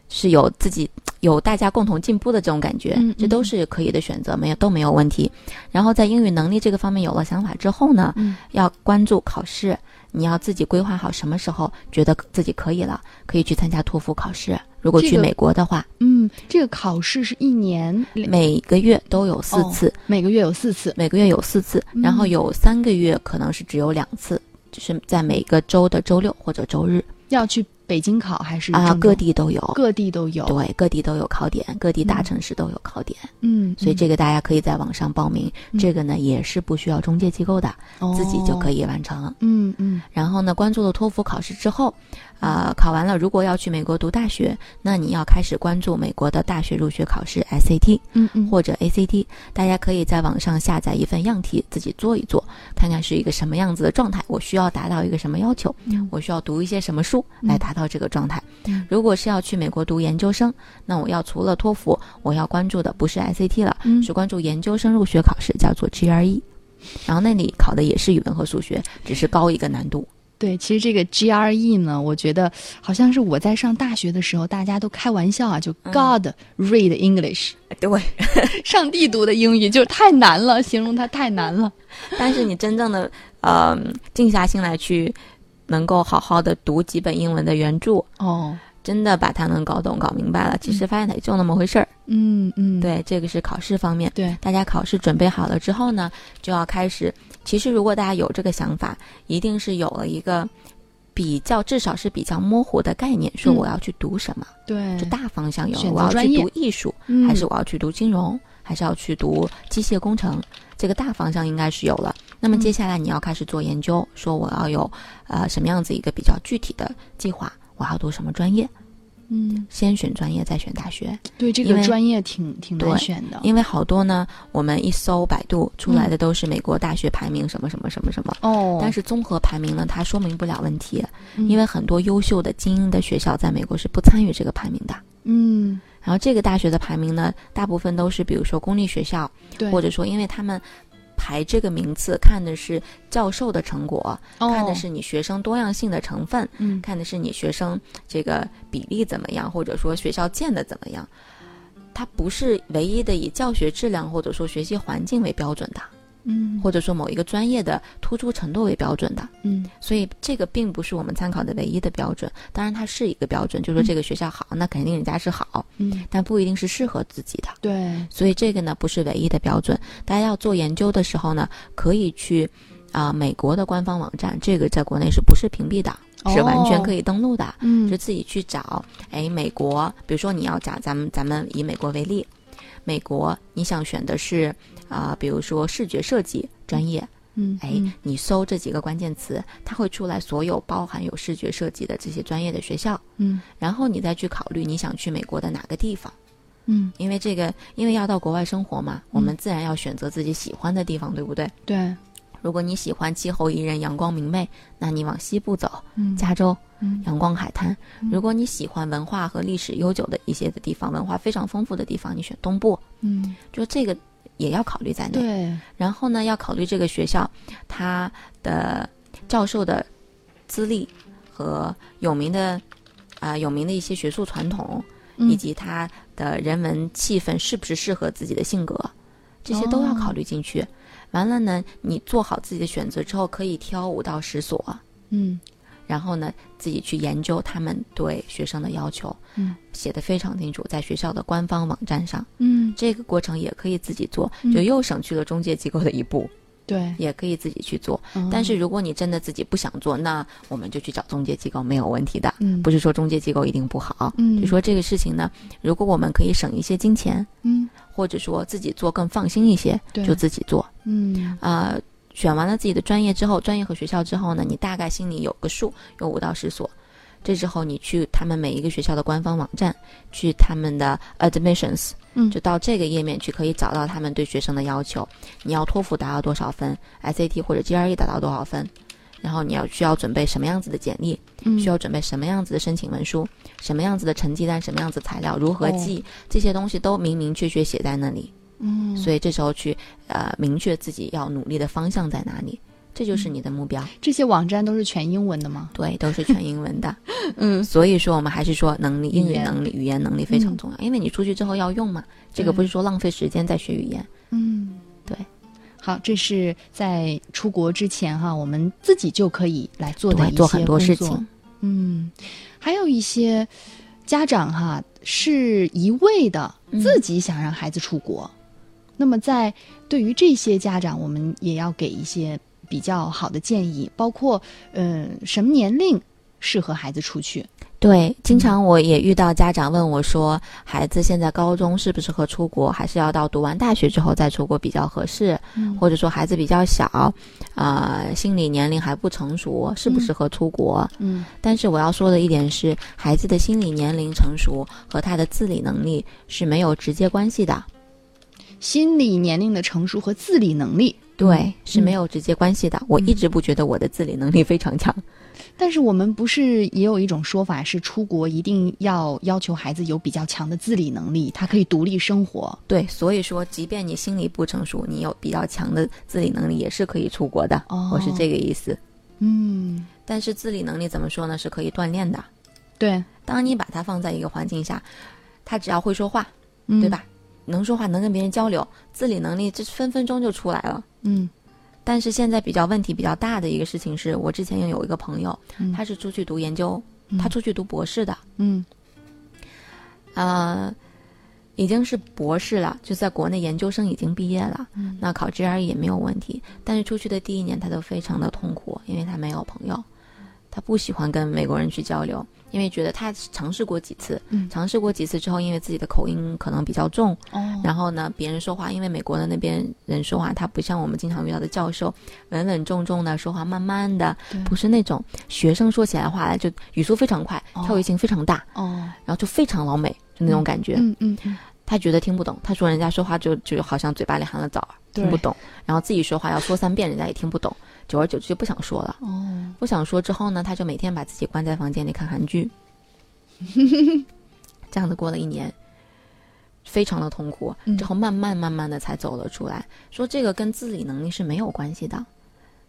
[SPEAKER 4] 是有自己有大家共同进步的这种感觉，
[SPEAKER 3] 嗯
[SPEAKER 4] 这都是可以的选择，没有都没有问题。然后在英语能力这个方面有了想法之后呢，
[SPEAKER 3] 嗯
[SPEAKER 4] 要关注考试，你要自己规划好什么时候觉得自己可以了，可以去参加托福考试。如果去
[SPEAKER 3] 这个
[SPEAKER 4] 美国的话，
[SPEAKER 3] 嗯，这个考试是一年
[SPEAKER 4] 每个月都有四
[SPEAKER 3] 哦
[SPEAKER 4] 次，
[SPEAKER 3] 每个月有四次，
[SPEAKER 4] 每个月有四次，
[SPEAKER 3] 嗯
[SPEAKER 4] 然后有三个月可能是只有两次，就是在每个周的周六或者周日
[SPEAKER 3] 要去北京考还是
[SPEAKER 4] 啊，
[SPEAKER 3] 郑
[SPEAKER 4] 各
[SPEAKER 3] 州
[SPEAKER 4] 地都有。
[SPEAKER 3] 各地都有。
[SPEAKER 4] 对，各地都有考点，各地大
[SPEAKER 3] 嗯
[SPEAKER 4] 城市都有考点，
[SPEAKER 3] 嗯，
[SPEAKER 4] 所以这个大家可以在网上报名。
[SPEAKER 3] 嗯哦
[SPEAKER 4] 这个呢也是不需要中介机构的，自己就可
[SPEAKER 3] 以。
[SPEAKER 4] 以完成了。
[SPEAKER 3] 嗯嗯
[SPEAKER 4] 然后呢，关注了托福考试之后，啊、考完了，如果要去美国读大学，那你要开始关注美国的大学入学考试 SAT
[SPEAKER 3] 嗯嗯，
[SPEAKER 4] 或者 ACT，大家可以在网上下载一份样题，自己做一做，看看是一个什么样子的状态，我需要达到一个什么要求，
[SPEAKER 3] 嗯
[SPEAKER 4] 我需要读一些什么书
[SPEAKER 3] 嗯
[SPEAKER 4] 来达到这个状态。
[SPEAKER 3] 嗯
[SPEAKER 4] 如果是要去美国读研究生，那我要除了托福，我要关注的不是 SAT 了，
[SPEAKER 3] 嗯
[SPEAKER 4] 是关注研究生入学考试，叫做 GRE。然后那里考的也是语文和数学，只是高一个难度。
[SPEAKER 3] 对，其实这个 GRE 呢，我觉得好像是我在上大学的时候，大家都开玩笑啊，就
[SPEAKER 4] 嗯
[SPEAKER 3] God read English，
[SPEAKER 4] 对，
[SPEAKER 3] 上帝读的英语就是太难了，形容它太难了。
[SPEAKER 4] 但是你真正的呃静下心来去，能够好好的读几本英文的原著，
[SPEAKER 3] 哦，
[SPEAKER 4] 真的把它能搞懂、搞明白了，其实发现它也就那么回事儿。
[SPEAKER 3] 嗯嗯，
[SPEAKER 4] 对，这个是考试方面。
[SPEAKER 3] 对，
[SPEAKER 4] 大家考试准备好了之后呢，就要开始。其实，如果大家有这个想法，一定是有了一个比较，至少是比较模糊的概念，说
[SPEAKER 3] 嗯
[SPEAKER 4] 我要去读什么，
[SPEAKER 3] 对，
[SPEAKER 4] 就大方向有
[SPEAKER 3] 选
[SPEAKER 4] 了。
[SPEAKER 3] 择
[SPEAKER 4] 我要
[SPEAKER 3] 专
[SPEAKER 4] 去
[SPEAKER 3] 业
[SPEAKER 4] 读艺术，
[SPEAKER 3] 嗯
[SPEAKER 4] 还是我要去读金融，还是要去读机械工程，这个大方向应该是有了。那么
[SPEAKER 3] 嗯
[SPEAKER 4] 接下来你要开始做研究，说我要有呃什么样子一个比较具体的计划，我要读什么专业，
[SPEAKER 3] 嗯，
[SPEAKER 4] 先选专业再选大学，
[SPEAKER 3] 对，这
[SPEAKER 4] 因
[SPEAKER 3] 个
[SPEAKER 4] 为
[SPEAKER 3] 专业挺挺难
[SPEAKER 4] 对
[SPEAKER 3] 选的。
[SPEAKER 4] 因为好多呢，我们一搜百度出来的都是美国大学排名什么什么什么什么。
[SPEAKER 3] 哦，
[SPEAKER 4] 但是综合排名呢，它说明不了问题，
[SPEAKER 3] 嗯
[SPEAKER 4] 因为很多优秀的精英的学校在美国是不参与这个排名的。
[SPEAKER 3] 嗯，
[SPEAKER 4] 然后这个大学的排名呢，大部分都是比如说公立学校，
[SPEAKER 3] 对，
[SPEAKER 4] 或者说，因为他们排这个名次看的是教授的成果，看的
[SPEAKER 3] 哦
[SPEAKER 4] 是你学生多样性的成分，
[SPEAKER 3] 嗯
[SPEAKER 4] 看的是你学生这个比例怎么样，或者说学校建的怎么样。它不是唯一的以教学质量或者说学习环境为标准的，
[SPEAKER 3] 嗯
[SPEAKER 4] 或者说某一个专业的突出程度为标准的，
[SPEAKER 3] 嗯
[SPEAKER 4] 所以这个并不是我们参考的唯一的标准。当然，它是一个标准，就是
[SPEAKER 3] 嗯
[SPEAKER 4] 说这个学校好，那肯定人家是好，
[SPEAKER 3] 嗯，
[SPEAKER 4] 但不一定是适合自己的。
[SPEAKER 3] 对，
[SPEAKER 4] 所以这个呢不是唯一的标准。大家要做研究的时候呢，可以去啊、美国的官方网站，这个在国内是不是屏蔽的？是完全可
[SPEAKER 3] 以，
[SPEAKER 4] 以登录的，
[SPEAKER 3] 哦嗯
[SPEAKER 4] 就自己去找。哎，美国，比如说你要讲咱们咱们以美国为例，美国你想选的是啊、比如说视觉设计专业，
[SPEAKER 3] 嗯，
[SPEAKER 4] 哎
[SPEAKER 3] 嗯，
[SPEAKER 4] 你搜这几个关键词，它会出来所有包含有视觉设计的这些专业的学校，
[SPEAKER 3] 嗯
[SPEAKER 4] 然后你再去考虑你想去美国的哪个地方。
[SPEAKER 3] 嗯，
[SPEAKER 4] 因为这个，因为要到国外生活嘛，我们自然要选择自己喜欢的地方，对不对？
[SPEAKER 3] 对，
[SPEAKER 4] 如果你喜欢气候宜人、阳光明媚，那你往西部走，
[SPEAKER 3] 嗯
[SPEAKER 4] 加州
[SPEAKER 3] 嗯
[SPEAKER 4] 阳光海滩；
[SPEAKER 3] 嗯
[SPEAKER 4] 如果你喜欢文化和历史悠久的一些的地方，文化非常丰富的地方，你选东部。
[SPEAKER 3] 嗯，
[SPEAKER 4] 就这个也要考虑在内。
[SPEAKER 3] 对，
[SPEAKER 4] 然后呢，要考虑这个学校它的教授的资历和有名的啊、有名的一些学术传统，以
[SPEAKER 3] 嗯
[SPEAKER 4] 及他的人文气氛是不是适合自己的性格，这些
[SPEAKER 3] 哦
[SPEAKER 4] 都要考虑进去。完了呢，你做好自己的选择之后，可以挑五到十所，
[SPEAKER 3] 嗯
[SPEAKER 4] 然后呢自己去研究他们对学生的要求，
[SPEAKER 3] 嗯，
[SPEAKER 4] 写的非常清楚，在学校的官方网站上。
[SPEAKER 3] 嗯，
[SPEAKER 4] 这个过程也可以自己做，
[SPEAKER 3] 嗯
[SPEAKER 4] 就又省去了中介机构的一步，
[SPEAKER 3] 对，
[SPEAKER 4] 也可以自己去做。
[SPEAKER 3] 嗯
[SPEAKER 4] 但是如果你真的自己不想做，那我们就去找中介机构，没有问题的。
[SPEAKER 3] 嗯
[SPEAKER 4] 不是说中介机构一定不好，
[SPEAKER 3] 嗯
[SPEAKER 4] 就说这个事情呢，如果我们可以省一些金钱，
[SPEAKER 3] 嗯
[SPEAKER 4] 或者说自己做更放心一些，
[SPEAKER 3] 对
[SPEAKER 4] 就自己做。
[SPEAKER 3] 嗯
[SPEAKER 4] 啊。选完了自己的专业之后，专业和学校之后呢，你大概心里有个数，有五到十所。这之后，你去他们每一个学校的官方网站，去他们的 admissions，
[SPEAKER 3] 嗯
[SPEAKER 4] 就到这个页面去，可以找到他们对学生的要求。你要托福达到多少分，SAT 或者 GRE 达到多少分，然后你要需要准备什么样子的简历，
[SPEAKER 3] 嗯
[SPEAKER 4] 需要准备什么样子的申请文书，什么样子的成绩单，什么样子材料，如何
[SPEAKER 3] 哦
[SPEAKER 4] 记，这些东西都明明确确写在那里。
[SPEAKER 3] 嗯，
[SPEAKER 4] 所以这时候去呃明确自己要努力的方向在哪里，这就是
[SPEAKER 3] 嗯
[SPEAKER 4] 你的目 标。
[SPEAKER 3] 这些网站都是全英文的吗？
[SPEAKER 4] 对，都是全英 文的。
[SPEAKER 3] 嗯
[SPEAKER 4] 所以说我们还是说能力、英
[SPEAKER 3] 语
[SPEAKER 4] 语
[SPEAKER 3] 言
[SPEAKER 4] 能力、语言能力非常
[SPEAKER 3] 嗯
[SPEAKER 4] 重要，因为你出去之后要用嘛。这个
[SPEAKER 3] 对
[SPEAKER 4] 不是说浪费时间在学语言，
[SPEAKER 3] 嗯，
[SPEAKER 4] 对。
[SPEAKER 3] 好，这是在出国之前哈，我们自己就可以来做的
[SPEAKER 4] 对，
[SPEAKER 3] 一
[SPEAKER 4] 做
[SPEAKER 3] 些
[SPEAKER 4] 很多
[SPEAKER 3] 工
[SPEAKER 4] 事
[SPEAKER 3] 作
[SPEAKER 4] 情。
[SPEAKER 3] 嗯，还有一些家长哈是一味的自己想让孩子出国，那么在对于这些家长，我们也要给一些比较好的建议，包括嗯、呃什么年龄适合孩子出去，嗯
[SPEAKER 4] 对，经常我也遇到家长问我说，孩子现在高中适不适合出国，还是要到读完大学之后再出国比较合适？
[SPEAKER 3] 嗯
[SPEAKER 4] 或者说孩子比较小，啊、心理年龄还不成熟，适
[SPEAKER 3] 嗯
[SPEAKER 4] 不适合出国？
[SPEAKER 3] 嗯
[SPEAKER 4] 但是我要说的一点是，孩子的心理年龄成熟和他的自理能力是没有直接关系的。
[SPEAKER 3] 心理年龄的成熟和自理能力。
[SPEAKER 4] 对，嗯是没有直接关系的。我一直不觉得我的自理能力非常强。
[SPEAKER 3] 但是我们不是也有一种说法是，出国一定要要求孩子有比较强的自理能力，他可以独立生活。
[SPEAKER 4] 对，所以说，即便你心理不成熟，你有比较强的自理能力，也是可以出国的。
[SPEAKER 3] 哦
[SPEAKER 4] 我是这个意思。
[SPEAKER 3] 嗯，
[SPEAKER 4] 但是自理能力怎么说呢？是可以锻炼的。
[SPEAKER 3] 对，
[SPEAKER 4] 当你把他放在一个环境下，他只要会说话，
[SPEAKER 3] 嗯
[SPEAKER 4] 对？吧？能说话，能跟别人交流，自理能力这分分钟就出来了。
[SPEAKER 3] 嗯
[SPEAKER 4] 但是现在比较问题比较大的一个事情是，我之前也有一个朋友，
[SPEAKER 3] 嗯
[SPEAKER 4] 他是出去读研究，
[SPEAKER 3] 嗯
[SPEAKER 4] 他出去读博士的，
[SPEAKER 3] 嗯
[SPEAKER 4] 呃，已经是博士了，就在国内研究生已经毕业了，
[SPEAKER 3] 嗯
[SPEAKER 4] 那考 GRE 也没有问题。但是出去的第一年，他都非常的痛苦，因为他没有朋友，他不喜欢跟美国人去交流，因为觉得他尝试过几次，
[SPEAKER 3] 嗯
[SPEAKER 4] 尝试过几次之后，因为自己的口音可能比较重，
[SPEAKER 3] 哦，
[SPEAKER 4] 然后呢，别人说话，因为美国的那边人说话，他不像我们经常遇到的教授，稳稳重重的说话，慢慢的
[SPEAKER 3] 对，
[SPEAKER 4] 不是那种学生说起来话来就语速非常快，
[SPEAKER 3] 哦
[SPEAKER 4] 跳跃性非常大，
[SPEAKER 3] 哦，
[SPEAKER 4] 然后就非常老美，就那种感觉。
[SPEAKER 3] 嗯嗯嗯，
[SPEAKER 4] 他觉得听不懂，他说人家说话就就好像嘴巴里含了枣儿，
[SPEAKER 3] 对
[SPEAKER 4] 听不懂，然后自己说话要说三遍，人家也听不懂，久而久之就不想说了。
[SPEAKER 3] 哦，
[SPEAKER 4] 不想说之后呢，他就每天把自己关在房间里看韩 剧，这样子过了一年，非常的痛苦
[SPEAKER 3] 嗯。
[SPEAKER 4] 之后慢慢慢慢的才走了出来，说这个跟自理能力是没有关系的。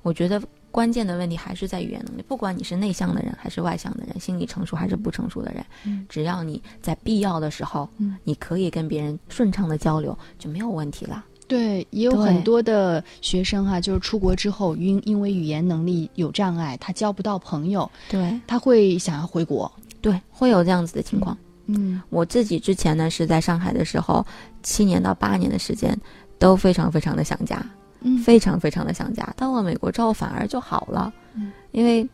[SPEAKER 4] 我觉得关键的问题还是在语言能力，不管你是内向的人还是外向的人，心理成熟还是不成熟的人，
[SPEAKER 3] 嗯
[SPEAKER 4] 只要你在必要的时候，
[SPEAKER 3] 嗯
[SPEAKER 4] 你可以跟别人顺畅的交流，就没有问题了。
[SPEAKER 3] 对，也有
[SPEAKER 4] 对
[SPEAKER 3] 很多的学生哈、就是出国之后因因为语言能力有障碍，他交不到朋友，
[SPEAKER 4] 对
[SPEAKER 3] 他会想要回国。
[SPEAKER 4] 对，会有这样子的情况。
[SPEAKER 3] 嗯
[SPEAKER 4] 我自己之前呢是在上海的时候，七年到八年的时间，都非常非常的想家，
[SPEAKER 3] 嗯
[SPEAKER 4] 非常非常的想家。到了美国之后反而就好了，
[SPEAKER 3] 嗯
[SPEAKER 4] 因为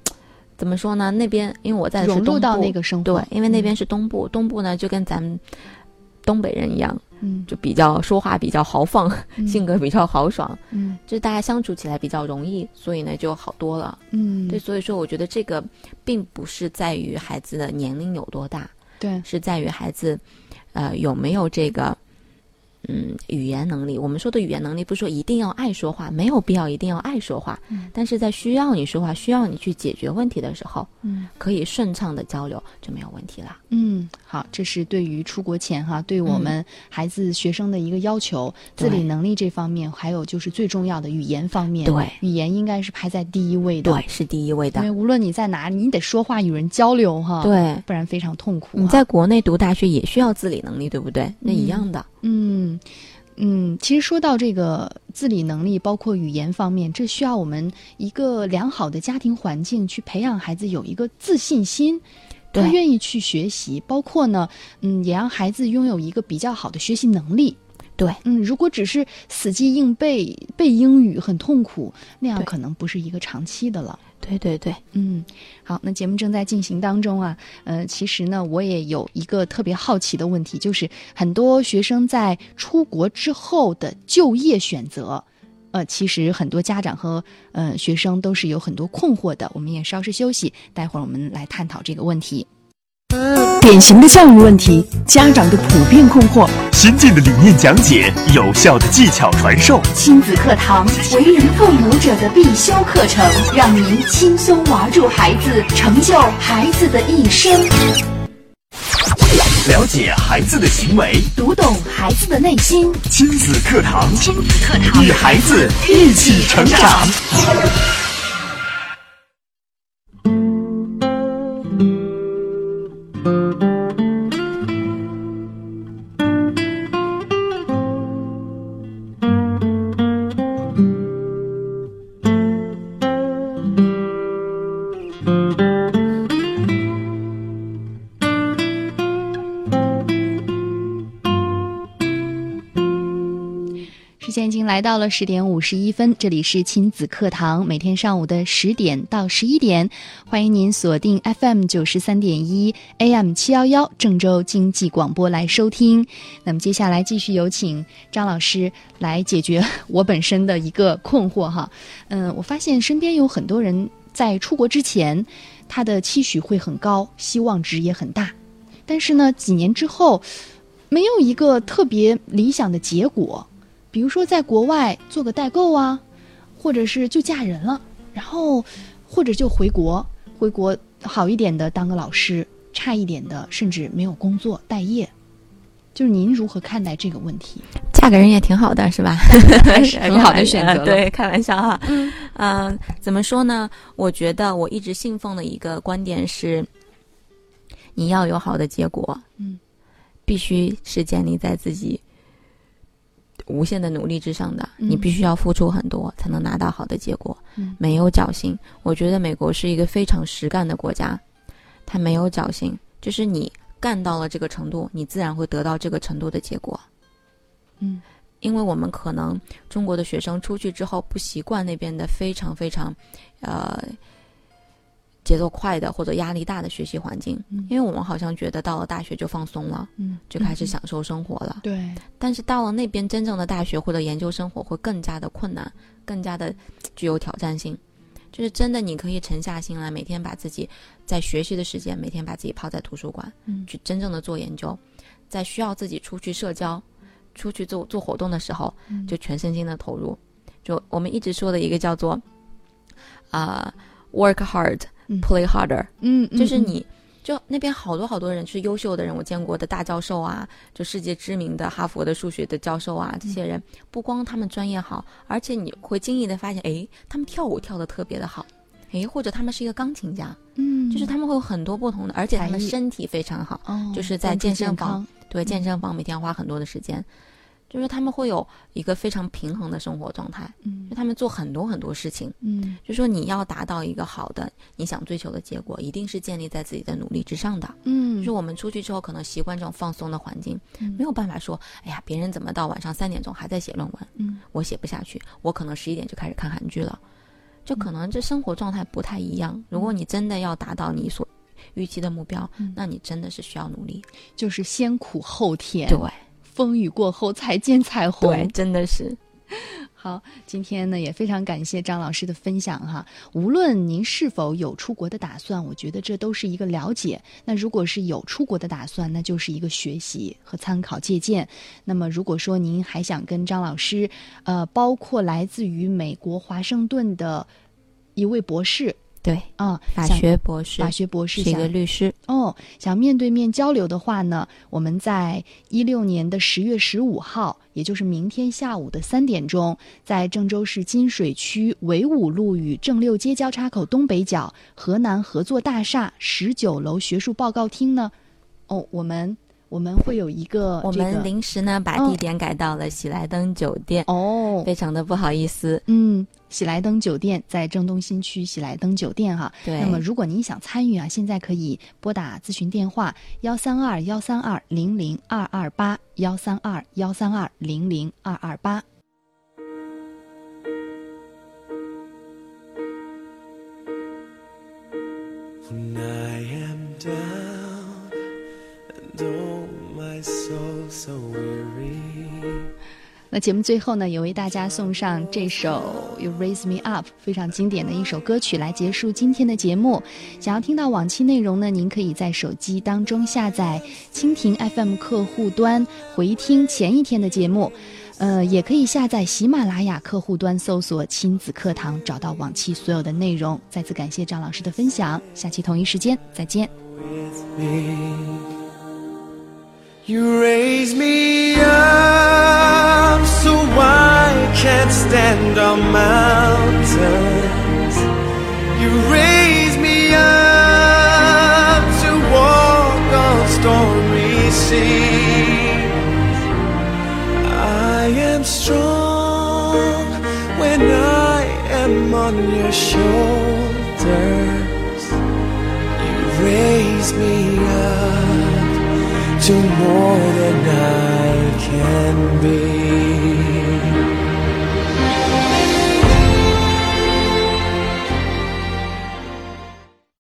[SPEAKER 4] 怎么说呢，那边因为我在的是
[SPEAKER 3] 融入
[SPEAKER 4] 东
[SPEAKER 3] 到
[SPEAKER 4] 部
[SPEAKER 3] 那个嗯生活，
[SPEAKER 4] 对，因为那边是东部，东部呢就跟咱们东北人一样，
[SPEAKER 3] 嗯
[SPEAKER 4] 就比较说话比较豪放，
[SPEAKER 3] 嗯
[SPEAKER 4] 性格比较豪爽，
[SPEAKER 3] 嗯
[SPEAKER 4] 就大家相处起来比较容易，所以呢就好多了。
[SPEAKER 3] 嗯
[SPEAKER 4] 对，所以说我觉得这个并不是在于孩子的年龄有多大，
[SPEAKER 3] 对
[SPEAKER 4] 是在于孩子，呃，有没有这个，嗯，语言能力。我们说的语言能力，不是说一定要爱说话，没有必要一定要爱说话，但是在需要你说话、需要你去解决问题的时候，
[SPEAKER 3] 嗯
[SPEAKER 4] 可以顺畅的交流就没有问题了。
[SPEAKER 3] 嗯，好，这是对于出国前哈、对我们孩子学生的一个要求，自理
[SPEAKER 4] 嗯对
[SPEAKER 3] 能力这方面，还有就是最重要的语言方面，
[SPEAKER 4] 对
[SPEAKER 3] 语言应该是排在第一位的，
[SPEAKER 4] 对，是第一位
[SPEAKER 3] 因
[SPEAKER 4] 的
[SPEAKER 3] 为。无论你在哪里，你得说话与人交流哈、，
[SPEAKER 4] 对，
[SPEAKER 3] 不然非常痛苦、啊。
[SPEAKER 4] 你在国内读大学也需要自理能力，对不对？那一样的。
[SPEAKER 3] 嗯，嗯，其实说到这个自理能力，包括语言方面，这需要我们一个良好的家庭环境去培养孩子有一个自信心。他
[SPEAKER 4] 对
[SPEAKER 3] 愿意去学习，包括呢，嗯，也让孩子拥有一个比较好的学习能力。
[SPEAKER 4] 对，
[SPEAKER 3] 嗯，如果只是死记硬背背英语很痛苦，那样
[SPEAKER 4] 对
[SPEAKER 3] 可能不是一个长期的了。
[SPEAKER 4] 对对对，
[SPEAKER 3] 嗯，好，那节目正在进行当中啊，呃，其实呢，我也有一个特别好奇的问题，就是很多学生在出国之后的就业选择，呃，其实很多家长和呃学生都是有很多困惑的。我们也稍事休息，待会儿我们来探讨这个问题。
[SPEAKER 2] 典型的教育问题，家长的普遍困惑。
[SPEAKER 1] 先进的理念讲解，有效的技巧传授，
[SPEAKER 2] 亲子课堂，为人父母者的必修课程，让您轻松玩住孩子，成就孩子的一生，
[SPEAKER 1] 了解孩子的行为。
[SPEAKER 2] 读懂孩子的内心。
[SPEAKER 1] 亲子课堂，
[SPEAKER 2] 亲子课堂
[SPEAKER 1] 与孩子一起成长。
[SPEAKER 3] 现在已经来到了十点五十一分，这里是亲子课堂，每天上午的十点到十一点，欢迎您锁定 FM 九十三点一 AM 七幺幺郑州经济广播来收听。那么接下来继续有请张老师来解决我本身的一个困惑哈。嗯，我发现身边有很多人在出国之前，他的期许会很高，希望值也很大，但是呢，几年之后。没有一个特别理想的结果，比如说在国外做个代购啊，或者是就嫁人了，然后或者就回国，回国好一点的当个老师，差一点的甚至没有工作待业。就是您如何看待这个问题？
[SPEAKER 4] 嫁给人也挺好的，是吧？
[SPEAKER 3] 很好的选择了
[SPEAKER 4] 对，开玩笑哈。嗯、怎么说呢？我觉得我一直信奉的一个观点是，你要有好的结果，
[SPEAKER 3] 嗯，
[SPEAKER 4] 必须是建立在自己无限的努力之上的。
[SPEAKER 3] 嗯
[SPEAKER 4] 你必须要付出很多，才能拿到好的结果。
[SPEAKER 3] 嗯
[SPEAKER 4] 没有侥幸，我觉得美国是一个非常实干的国家，它没有侥幸，就是你干到了这个程度，你自然会得到这个程度的结果。
[SPEAKER 3] 嗯
[SPEAKER 4] 因为我们可能中国的学生出去之后不习惯那边的非常非常，呃，节奏快的或者压力大的学习环境，
[SPEAKER 3] 嗯
[SPEAKER 4] 因为我们好像觉得到了大学就放松了，
[SPEAKER 3] 嗯，
[SPEAKER 4] 就开始享受生活了。
[SPEAKER 3] 对，
[SPEAKER 4] 但是到了那边真正的大学或者研究生活会更加的困难，更加的具有挑战性。就是真的，你可以沉下心来，每天把自己在学习的时间，每天把自己泡在图书馆，
[SPEAKER 3] 嗯
[SPEAKER 4] 去真正的做研究，在需要自己出去社交、出去做做活动的时候，
[SPEAKER 3] 嗯
[SPEAKER 4] 就全身心的投入。就我们一直说的一个叫做啊、w o r k hard,
[SPEAKER 3] 嗯
[SPEAKER 4] play harder，、
[SPEAKER 3] 嗯，嗯
[SPEAKER 4] 就是你就那边好多好多人是优秀的人，我见过的大教授啊，就世界知名的哈佛的数学的教授
[SPEAKER 3] 嗯
[SPEAKER 4] 啊，这些人不光他们专业好，而且你会惊异的发现，诶，他们跳舞跳的特别的好，诶，或者他们是一个钢琴家，
[SPEAKER 3] 嗯，
[SPEAKER 4] 就是他们会有很多不同的，而且他们
[SPEAKER 3] 才艺嗯
[SPEAKER 4] 身体非常好，
[SPEAKER 3] 哦，
[SPEAKER 4] 就是在
[SPEAKER 3] 关注
[SPEAKER 4] 健身
[SPEAKER 3] 康
[SPEAKER 4] 房，对健身房每天花很多的时间，就是他们会有一个非常平衡的生活状态，
[SPEAKER 3] 嗯
[SPEAKER 4] 就他们做很多很多事情。
[SPEAKER 3] 嗯
[SPEAKER 4] 就说你要达到一个好的你想追求的结果，一定是建立在自己的努力之上的。就
[SPEAKER 3] 嗯，
[SPEAKER 4] 是我们出去之后，可能习惯这种放松的环境，
[SPEAKER 3] 嗯
[SPEAKER 4] 没有办法说，哎呀，别人怎么到晚上三点钟还在写论文，
[SPEAKER 3] 嗯
[SPEAKER 4] 我写不下去，我可能十一点就开始看韩剧了。就可能这生活状态不太一样。如果你真的要达到你所预期的目标，
[SPEAKER 3] 嗯
[SPEAKER 4] 那你真的是需要努力。
[SPEAKER 3] 就是先苦后甜，
[SPEAKER 4] 对
[SPEAKER 3] 风雨过后才见彩虹，
[SPEAKER 4] 对，真的是。
[SPEAKER 3] 好，今天呢也非常感谢张老师的分享哈。无论您是否有出国的打算，我觉得这都是一个了解。那如果是有出国的打算，那就是一个学习和参考借鉴。那么如果说您还想跟张老师，呃，包括来自于美国华盛顿的一位博士
[SPEAKER 4] 对，
[SPEAKER 3] 啊，
[SPEAKER 4] 法
[SPEAKER 3] 想
[SPEAKER 4] 学博士
[SPEAKER 3] 法学博士
[SPEAKER 4] 是一
[SPEAKER 3] 想
[SPEAKER 4] 个律师。
[SPEAKER 3] 哦，想面对面交流的话呢，我们在一六年的十月十五号，也就是明天下午的三点钟，在郑州市金水区纬五路与郑六街交叉口东北角河南合作大厦十九楼学术报告厅呢，哦，我们我们会有一个
[SPEAKER 4] 我
[SPEAKER 3] 这个
[SPEAKER 4] 们临时呢把
[SPEAKER 3] 嗯
[SPEAKER 4] 地点改到了喜来登酒店，
[SPEAKER 3] 哦，
[SPEAKER 4] 非常的不好意思。
[SPEAKER 3] 嗯，喜来登酒店在郑东新区喜来登酒店哈、
[SPEAKER 4] 对，
[SPEAKER 3] 那么，如果您想参与啊，现在可以拨打咨询电话幺三二幺三二零零二二八幺三二幺三二零零二二八。
[SPEAKER 5] When I am down and oh my soul so weary.
[SPEAKER 3] 那节目最后呢，也为大家送上这首《You Raise Me Up》，非常经典的一首歌曲，来结束今天的节目。想要听到往期内容呢，您可以在手机当中下载蜻蜓 FM 客户端回听前一天的节目，呃，也可以下载喜马拉雅客户端搜索“亲子课堂”，找到往期所有的内容。再次感谢张老师的分享，下期同一时间再见。
[SPEAKER 5] with me. You raise me up so I can't stand on mountains. You raise me up to walk on stormy seas. I am strong when I am on your shoulders. You raise me up to more than I